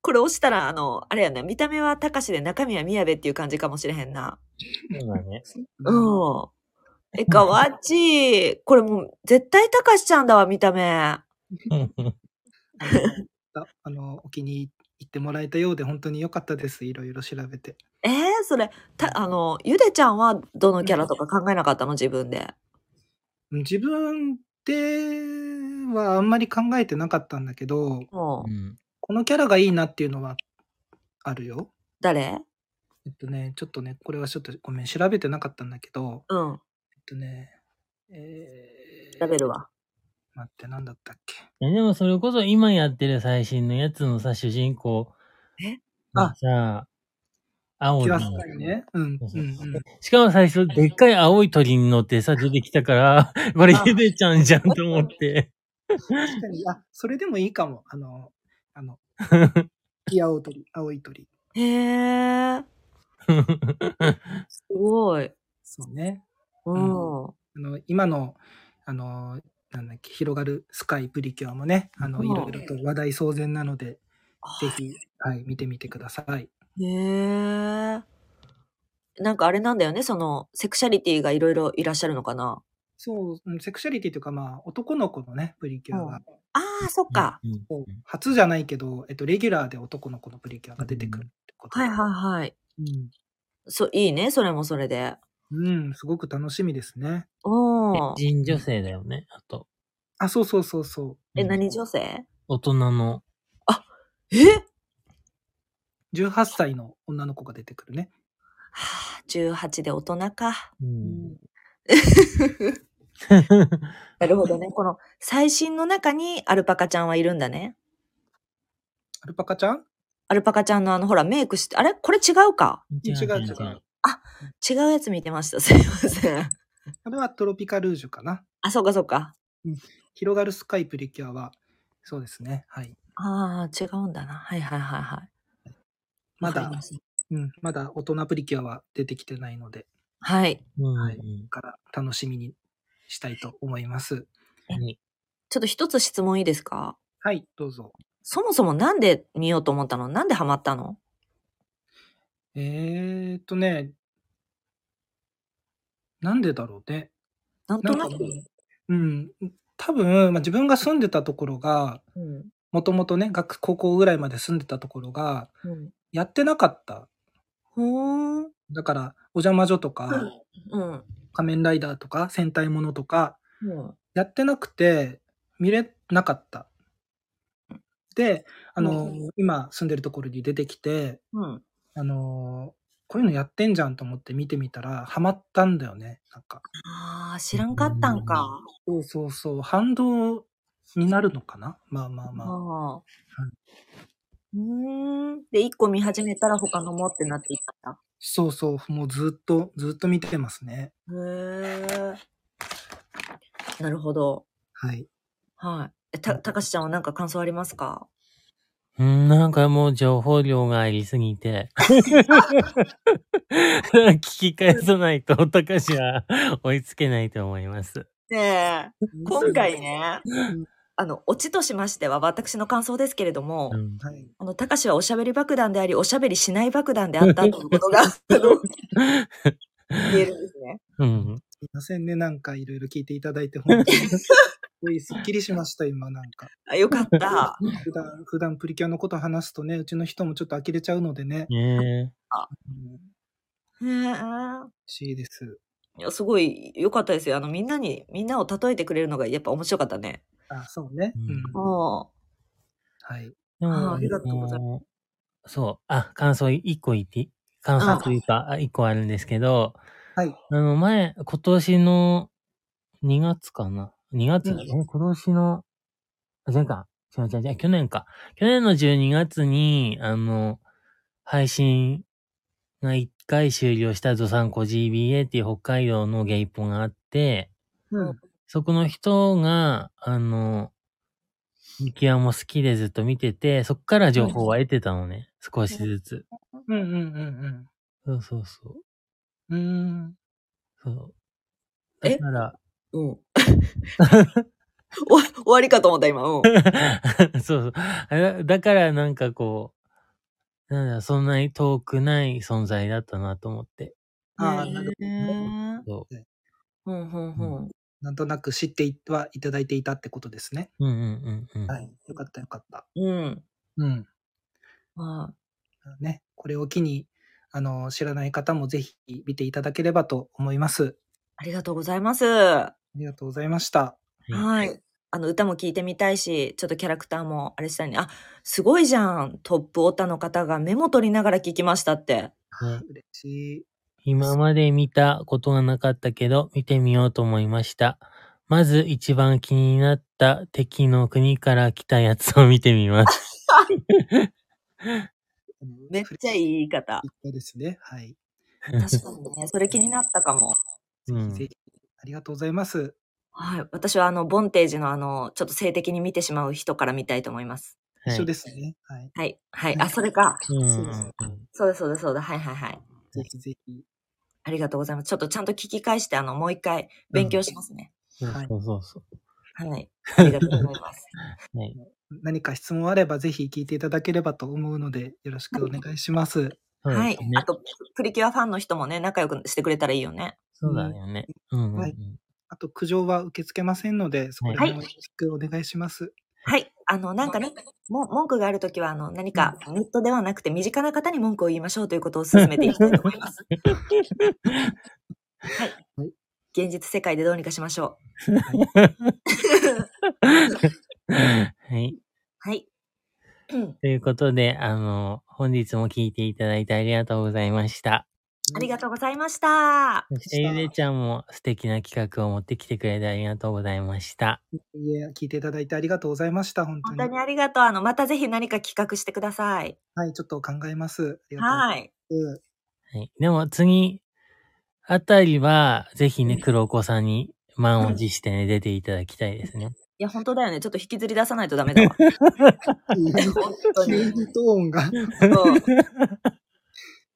[SPEAKER 2] これ押したら、あの、あれやな、見た目は高しで中身は宮部っていう感じかもしれへんな。
[SPEAKER 1] そうだ ね。
[SPEAKER 2] うん。え、かわっちい。これもう、絶対たかしちゃんだわ、見た目。
[SPEAKER 3] ああの、お気に入ってもらえたようで本当に良かったです。いろいろ調べて。
[SPEAKER 2] えー、それ、た、あの、ゆでちゃんはどのキャラとか考えなかったの自分で。
[SPEAKER 3] うん自分ではあんまり考えてなかったんだけど、
[SPEAKER 2] も
[SPEAKER 1] う
[SPEAKER 2] う、
[SPEAKER 1] ん
[SPEAKER 3] このキャラがいいなっていうのはあるよ。
[SPEAKER 2] 誰
[SPEAKER 3] えっとね、ちょっとね、これはちょっとごめん、調べてなかったんだけど、
[SPEAKER 2] うん、
[SPEAKER 3] えっとね、えー、
[SPEAKER 2] 調べるわ。
[SPEAKER 3] 待って、なんだったっけ。
[SPEAKER 1] いやでもそれこそ今やってる最新のやつのさ、主人公。
[SPEAKER 2] え
[SPEAKER 1] あ、じゃあ、青
[SPEAKER 3] キュ
[SPEAKER 1] の
[SPEAKER 3] アスカイね。うん、うん、うん。
[SPEAKER 1] しかも最初、でっかい青い鳥に乗ってさ、出てきたから、これゆでちゃんじゃんと思って。
[SPEAKER 3] 確かに、あ、それでもいいかも。あの、あの、いや、青鳥、青い鳥。
[SPEAKER 2] へえ。すごい。
[SPEAKER 3] そうね。
[SPEAKER 2] うん。
[SPEAKER 3] あの、今の、あの、なんだっけ、広がるスカイプリキュアもね、あの、
[SPEAKER 2] うん
[SPEAKER 3] いろいろと話題騒然なので、
[SPEAKER 2] あ
[SPEAKER 3] ぜひ、はい、見てみてください。
[SPEAKER 2] へえ。なんかあれなんだよね、その、セクシャリティがいろいろいらっしゃるのかな。
[SPEAKER 3] そううん、セクシャリティというか、まあ、男の子のね、プリキュアが、
[SPEAKER 2] ああ、そっか。
[SPEAKER 1] うん。うん
[SPEAKER 3] こう初じゃないけど、えっと、レギュラーで男の子のプリキュアが出てくるってこと。
[SPEAKER 2] はいはいはい。
[SPEAKER 3] うん。
[SPEAKER 2] そう、いいね、それもそれで。
[SPEAKER 3] うん、すごく楽しみですね。
[SPEAKER 2] おお。
[SPEAKER 1] 人女性だよね。あと。
[SPEAKER 3] あ、そうそうそうそう。
[SPEAKER 2] え、
[SPEAKER 1] うん
[SPEAKER 2] 何女性
[SPEAKER 1] 大人の。
[SPEAKER 2] え
[SPEAKER 3] 18歳の女の子が出てくるね。
[SPEAKER 2] はあ、18で大人か。
[SPEAKER 1] うん。
[SPEAKER 2] なるほどね。この最新の中にアルパカちゃんはいるんだね。
[SPEAKER 3] アルパカちゃん
[SPEAKER 2] アルパカちゃんのあの、ほら、メイクして、あれこれ違うか
[SPEAKER 3] 違う違う。
[SPEAKER 2] 違うやつ見てました。す いません。
[SPEAKER 3] あれはトロピカルージュかな。
[SPEAKER 2] あ、そうかそうか。
[SPEAKER 3] 広がるスカイプリキュアは、そうですね。はい。
[SPEAKER 2] ああ、違うんだな。はいはいはいはい。
[SPEAKER 3] まだ
[SPEAKER 2] わかりした
[SPEAKER 3] うん、まだ大人プリキュアは出てきてないので、
[SPEAKER 2] はい。
[SPEAKER 1] うんうん
[SPEAKER 3] はいから楽しみにしたいと思います。
[SPEAKER 1] はい
[SPEAKER 2] ちょっと一つ質問いいですか
[SPEAKER 3] はい、どうぞ。
[SPEAKER 2] そもそもなんで見ようと思ったのなんでハマったの
[SPEAKER 3] えーっとね、なんでだろうね。
[SPEAKER 2] なんと
[SPEAKER 3] なん
[SPEAKER 2] な
[SPEAKER 3] か
[SPEAKER 2] く。
[SPEAKER 3] もう、うん、多分、まあ、自分が住んでたところが、
[SPEAKER 2] うん
[SPEAKER 3] もともとね、学高校ぐらいまで住んでたところが、
[SPEAKER 2] うん
[SPEAKER 3] やってなかった。
[SPEAKER 2] ほーん。
[SPEAKER 3] だから、お邪魔女とか、
[SPEAKER 2] うん。
[SPEAKER 3] 仮面ライダーとか、戦隊ものとか、
[SPEAKER 2] うん
[SPEAKER 3] やってなくて、見れなかった。で、あの、
[SPEAKER 2] う
[SPEAKER 3] 今住んでるところに出てきて、
[SPEAKER 2] うん。
[SPEAKER 3] あの、こういうのやってんじゃんと思って見てみたら、ハマったんだよね。なんか。
[SPEAKER 2] ああ、知らんかったんか。
[SPEAKER 3] そうそうそう、反動になるのかなまあまあまあ。
[SPEAKER 2] ああ。うーん。で、一個見始めたら他のもってなっていったんだ。
[SPEAKER 3] そうそう、もうずっと、ずっと見てますね。
[SPEAKER 2] へえ。なるほど。
[SPEAKER 3] はい。
[SPEAKER 2] はい。え、た、たかしちゃんは何か感想ありますか
[SPEAKER 1] うん、なんかもう情報量がありすぎて。 聞き返さないと、高橋は追いつけないと思います。
[SPEAKER 2] ねえ、今回ね、あの、オチとしましては私の感想ですけれども、
[SPEAKER 1] うん
[SPEAKER 3] はい。
[SPEAKER 2] あの、たかしはおしゃべり爆弾であり、おしゃべりしない爆弾であったということが、あの、言えるんですね。
[SPEAKER 1] うん。
[SPEAKER 3] すいませんね、なんかいろいろ聞いていただいて、本当に。すご い、すっきりしました、今、なんか。
[SPEAKER 2] あよかった。
[SPEAKER 3] 普段、普段プリキュアのこと話すとね、うちの人もちょっと呆れちゃうのでね。
[SPEAKER 1] ね
[SPEAKER 3] うん
[SPEAKER 2] へえ
[SPEAKER 3] 嬉しいです。
[SPEAKER 2] いやすごい良かったですよ。あの、みんなに、みんなを例えてくれるのがやっぱ面白かったね。
[SPEAKER 3] あ、そうね。
[SPEAKER 1] うん
[SPEAKER 3] うん。
[SPEAKER 2] お
[SPEAKER 3] は
[SPEAKER 1] え。
[SPEAKER 3] い。
[SPEAKER 1] で
[SPEAKER 2] あありがとうござい
[SPEAKER 1] もそう。あ、感想一個言っていい感想というか、あ一個あるんですけど、
[SPEAKER 3] はい。
[SPEAKER 1] あの、前、今年の2月かな ?2 月、
[SPEAKER 3] うん
[SPEAKER 1] え今年の、あ、前か。違う違う違う、去年か。去年の12月に、あの、配信が1回終了したゾサンコ GBA っていう北海道のゲイポがあって、
[SPEAKER 3] うん。
[SPEAKER 1] そこの人が、あの、ミキアも好きでずっと見てて、そっから情報は得てたのね。少しずつ。
[SPEAKER 3] うんうんうん
[SPEAKER 1] そうそうそう。
[SPEAKER 3] うん。うん。
[SPEAKER 1] そう。
[SPEAKER 2] え
[SPEAKER 1] だから、
[SPEAKER 2] うん。お 終わりかと思った、今。うん。
[SPEAKER 1] そう そうあだ。だからなんかこう、なんだ、そんなに遠くない存在だったなと思って。
[SPEAKER 3] ああ、なる
[SPEAKER 2] へえ
[SPEAKER 1] そ
[SPEAKER 2] ほんほんほん。
[SPEAKER 3] なんとなく知っていはいただいていたってことですね。
[SPEAKER 1] う。うんうんうんうん。
[SPEAKER 3] はい。よかったよかった。
[SPEAKER 2] うん。
[SPEAKER 3] うん。
[SPEAKER 2] は
[SPEAKER 3] ね、これを機に、あの、知らない方もぜひ見ていただければと思います。
[SPEAKER 2] い。ありがとうございます。は。
[SPEAKER 3] ありがとうございました。
[SPEAKER 1] はい
[SPEAKER 2] あの、歌も聴いてみたいし、ちょっとキャラクターもあれしたいね。あ、すごいじゃん。トップオタの方がメモ取りながら聴きましたって。
[SPEAKER 1] ね
[SPEAKER 3] 嬉しい。
[SPEAKER 1] 今まで見たことがなかったけど、見てみようと思いました。まず一番気になった敵の国から来たやつを見てみます。
[SPEAKER 2] めっちゃいい言い方。
[SPEAKER 3] いですね。はい。
[SPEAKER 2] 確かにね。それ気になったかも。
[SPEAKER 1] うん
[SPEAKER 3] ぜひ、ありがとうございます。
[SPEAKER 2] はい。私はあの、ボンテージのあの、ちょっと性的に見てしまう人から見たいと思います。
[SPEAKER 1] はい
[SPEAKER 3] 一緒ですね。はい。
[SPEAKER 2] はい。はい。あ、それか。
[SPEAKER 1] うんうん
[SPEAKER 3] そうそう
[SPEAKER 1] うん
[SPEAKER 2] そうだそうだそうだ。はいはいはい。
[SPEAKER 1] さ
[SPEAKER 3] ぜ
[SPEAKER 1] い。
[SPEAKER 3] ひぜひ。
[SPEAKER 2] ありがとうございます。ちょっとちゃんと聞き返して、あの、もう一回勉強しますね。
[SPEAKER 1] そう
[SPEAKER 3] はい
[SPEAKER 1] そうそうそ
[SPEAKER 2] はい。ありがとうございます。
[SPEAKER 1] う。はい。
[SPEAKER 3] 何か質問あればぜひ聞いていただければと思うので、よろしくお願いします。
[SPEAKER 1] そうだ
[SPEAKER 2] はい
[SPEAKER 1] ね。
[SPEAKER 2] あと、プリキュアファンの人もね、仲良くしてくれたらいいよね。
[SPEAKER 1] そうだよね。うんうんうん。
[SPEAKER 3] はいあと、苦情は受け付けませんので、そこら辺もよろしくお願いします。
[SPEAKER 2] はい。あの、なんかね、も文句があるときは、あの、何かネットではなくて身近な方に文句を言いましょうということを進めていきたいと思い ます。はい。現実世界でどうにかしましょう。
[SPEAKER 1] はい。
[SPEAKER 2] はい。うん
[SPEAKER 1] ということで、あの、本日も聞いていただいてありがとうございました。
[SPEAKER 2] ありがとうございました。
[SPEAKER 1] そして、ゆでちゃんも素敵な企画を持ってきてくれてありがとうございました。
[SPEAKER 3] いえ、聞いていただいてありがとうございました。本当
[SPEAKER 2] 本
[SPEAKER 3] に。
[SPEAKER 2] 当にありがとう。あの、またぜひ何か企画してください。
[SPEAKER 3] はい、ちょっと考えます。ありが
[SPEAKER 2] はい。
[SPEAKER 3] とうございます。
[SPEAKER 1] はい。でも、次あたりは、ぜひね、黒子さんに満を持してね、出ていただきたいですね。
[SPEAKER 2] いや、本当だよね。ちょっと引きずり出さないとダメだ わ。 本当に。
[SPEAKER 3] 急にトーンが、
[SPEAKER 2] そう。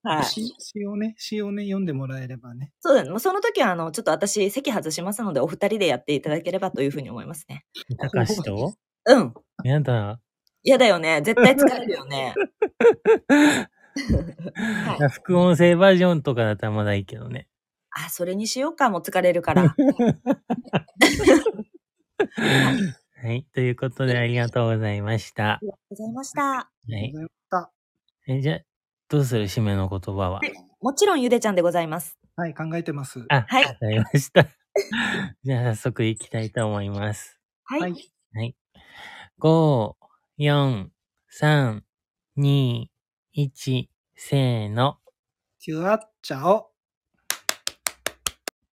[SPEAKER 2] はい。
[SPEAKER 3] 詩詩をね、詩をね、読んでもらえればね。
[SPEAKER 2] そうだね。もうその時は、あの、ちょっと私、席外しますので、お二人でやっていただければというふうに思いますね。
[SPEAKER 1] たかしと
[SPEAKER 2] うん。
[SPEAKER 1] やだ。
[SPEAKER 2] 嫌だよね。絶対疲れるよね。はい。
[SPEAKER 1] 副音声バージョンとかだったらまだいいけどね。
[SPEAKER 2] あ、それにしようか。もう疲れるから。
[SPEAKER 1] はい。ということで、ありがとうございました。
[SPEAKER 2] ございました。
[SPEAKER 1] は
[SPEAKER 3] あり
[SPEAKER 1] い
[SPEAKER 3] が。とうございまし
[SPEAKER 1] え、じゃあ、どうする締めの言葉は。
[SPEAKER 2] もちろん、ゆでちゃんでございます。
[SPEAKER 3] た。はい、考えてます。
[SPEAKER 1] あ、
[SPEAKER 2] はい
[SPEAKER 1] わかりました。 じゃあ、早速行きたいと思います。
[SPEAKER 2] はい。
[SPEAKER 3] はい
[SPEAKER 1] 5、4、3、2、1、せーの。
[SPEAKER 3] キュアッチャオ。